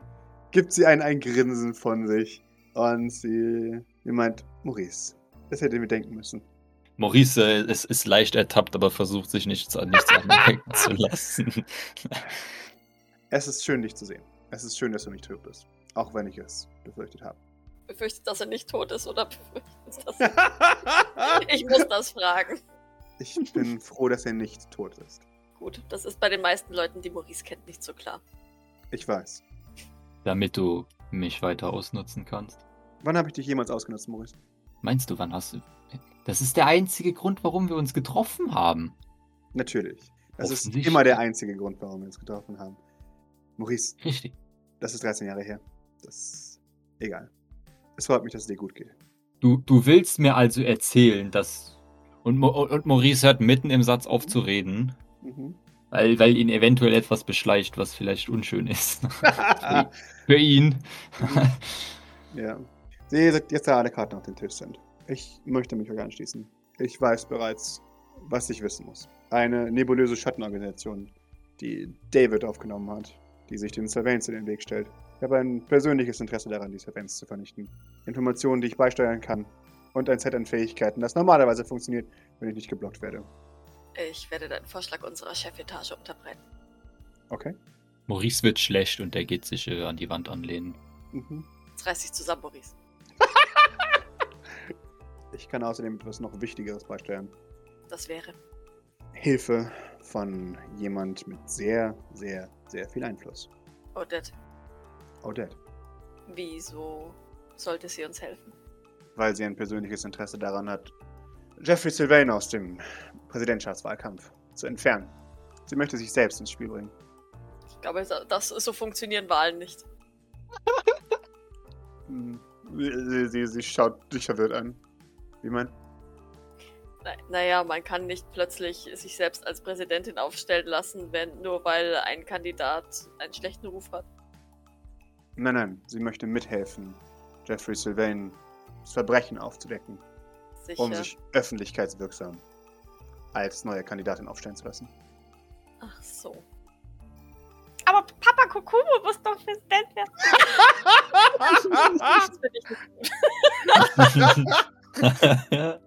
[SPEAKER 2] gibt sie einen ein Grinsen von sich. Und sie, sie meint, Maurice, das hätte mir denken müssen.
[SPEAKER 6] Maurice äh, ist, ist leicht ertappt, aber versucht sich nichts an nichts
[SPEAKER 5] [laughs]
[SPEAKER 6] anmerken zu lassen.
[SPEAKER 2] Es ist schön, dich zu sehen. Es ist schön, dass du nicht tot bist. Auch wenn ich es befürchtet habe. [laughs]
[SPEAKER 4] befürchtet, dass er nicht tot ist oder befürchtet, dass er...
[SPEAKER 2] [laughs]
[SPEAKER 4] Ich muss das fragen.
[SPEAKER 2] ich bin froh, dass er nicht tot ist.
[SPEAKER 4] Gut, das ist bei den meisten Leuten, die Maurice kennt, nicht so klar.
[SPEAKER 2] Ich weiß.
[SPEAKER 5] Damit du mich weiter ausnutzen kannst.
[SPEAKER 2] Wann habe ich dich jemals ausgenutzt, Maurice?
[SPEAKER 5] Meinst du, wann hast du. Das ist der einzige Grund, warum wir uns getroffen haben.
[SPEAKER 2] Natürlich. Das ist
[SPEAKER 5] Offensichtlich.
[SPEAKER 2] immer der einzige Grund, warum wir uns getroffen haben. Maurice,
[SPEAKER 5] Richtig.
[SPEAKER 2] Das ist 13 Jahre her. Das. Egal. Es freut mich, dass es dir gut geht.
[SPEAKER 5] Du, du willst mir also erzählen, dass. Und, Mo und Maurice hört mitten im Satz auf zu reden,
[SPEAKER 2] Mhm.
[SPEAKER 5] weil, weil ihn eventuell etwas beschleicht, was vielleicht unschön ist. [laughs] Für ihn. [laughs]
[SPEAKER 2] ja. Sie sagt jetzt, da alle Karten auf den Tisch sind. Ich möchte mich euch anschließen. Ich weiß bereits, was ich wissen muss. Eine nebulöse Schattenorganisation, die David aufgenommen hat, die sich den Surveillance in den Weg stellt. Ich habe ein persönliches Interesse daran, die Surveillance zu vernichten. Informationen, die ich beisteuern kann. Und ein Set an Fähigkeiten, das normalerweise funktioniert, wenn ich nicht geblockt werde.
[SPEAKER 4] Ich werde deinen Vorschlag unserer Chefetage unterbreiten.
[SPEAKER 2] Okay?
[SPEAKER 5] Maurice wird schlecht und er geht sich äh, an die Wand [laughs] anlehnen.
[SPEAKER 2] Mhm.
[SPEAKER 4] Jetzt reiß dich zusammen, Maurice.
[SPEAKER 2] Ich kann außerdem etwas noch Wichtigeres beisteuern.
[SPEAKER 4] Das wäre.
[SPEAKER 2] Hilfe von jemand mit sehr, sehr, sehr viel Einfluss. Oh,
[SPEAKER 4] Odette,
[SPEAKER 2] Odette.
[SPEAKER 4] wieso sollte sie uns helfen?
[SPEAKER 2] Weil sie ein persönliches Interesse daran hat, Jeffrey Sylvain aus dem Präsidentschaftswahlkampf zu entfernen. Sie möchte sich selbst ins Spiel bringen.
[SPEAKER 4] Ich glaube, das, so funktionieren Wahlen nicht.
[SPEAKER 2] Hm, Sie, sie, sie schaut dich verwirrt an. Wie man?
[SPEAKER 4] Na- Naja, man kann nicht plötzlich sich selbst als Präsidentin aufstellen lassen, wenn nur weil ein Kandidat einen schlechten Ruf hat.
[SPEAKER 2] Nein, nein, sie möchte mithelfen, Jeffrey Sylvain das Verbrechen aufzudecken,
[SPEAKER 4] Sicher.
[SPEAKER 2] um sich öffentlichkeitswirksam als neue Kandidatin aufstellen zu
[SPEAKER 4] [laughs]
[SPEAKER 2] lassen.
[SPEAKER 4] Ach so. Aber Papa Kokumo muss doch Präsident werden. das finde ich nicht gut. Aber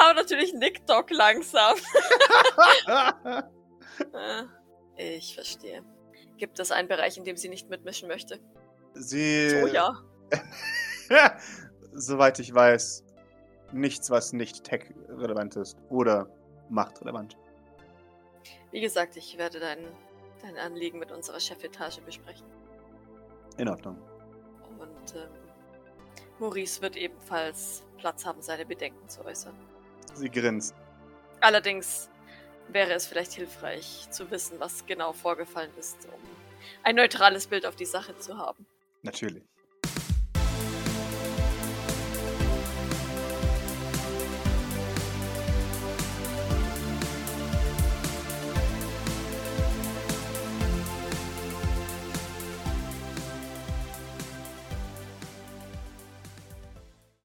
[SPEAKER 4] Ah, natürlich nickt Doc langsam. [laughs] Äh, Ich verstehe. Gibt es einen Bereich, in dem sie nicht mitmischen möchte?
[SPEAKER 2] Sie.
[SPEAKER 4] So ja.
[SPEAKER 2] [laughs] Soweit ich weiß, nichts, was nicht tech-relevant ist oder machtrelevant.
[SPEAKER 4] Wie gesagt, ich werde dein, dein Anliegen mit unserer Chefetage besprechen.
[SPEAKER 2] In Ordnung.
[SPEAKER 4] Und ähm, Maurice wird ebenfalls Platz haben, seine Bedenken zu äußern.
[SPEAKER 2] Sie grinst.
[SPEAKER 4] Allerdings wäre es vielleicht hilfreich zu wissen, was genau vorgefallen ist, um ein neutrales Bild auf die Sache zu haben.
[SPEAKER 2] Natürlich.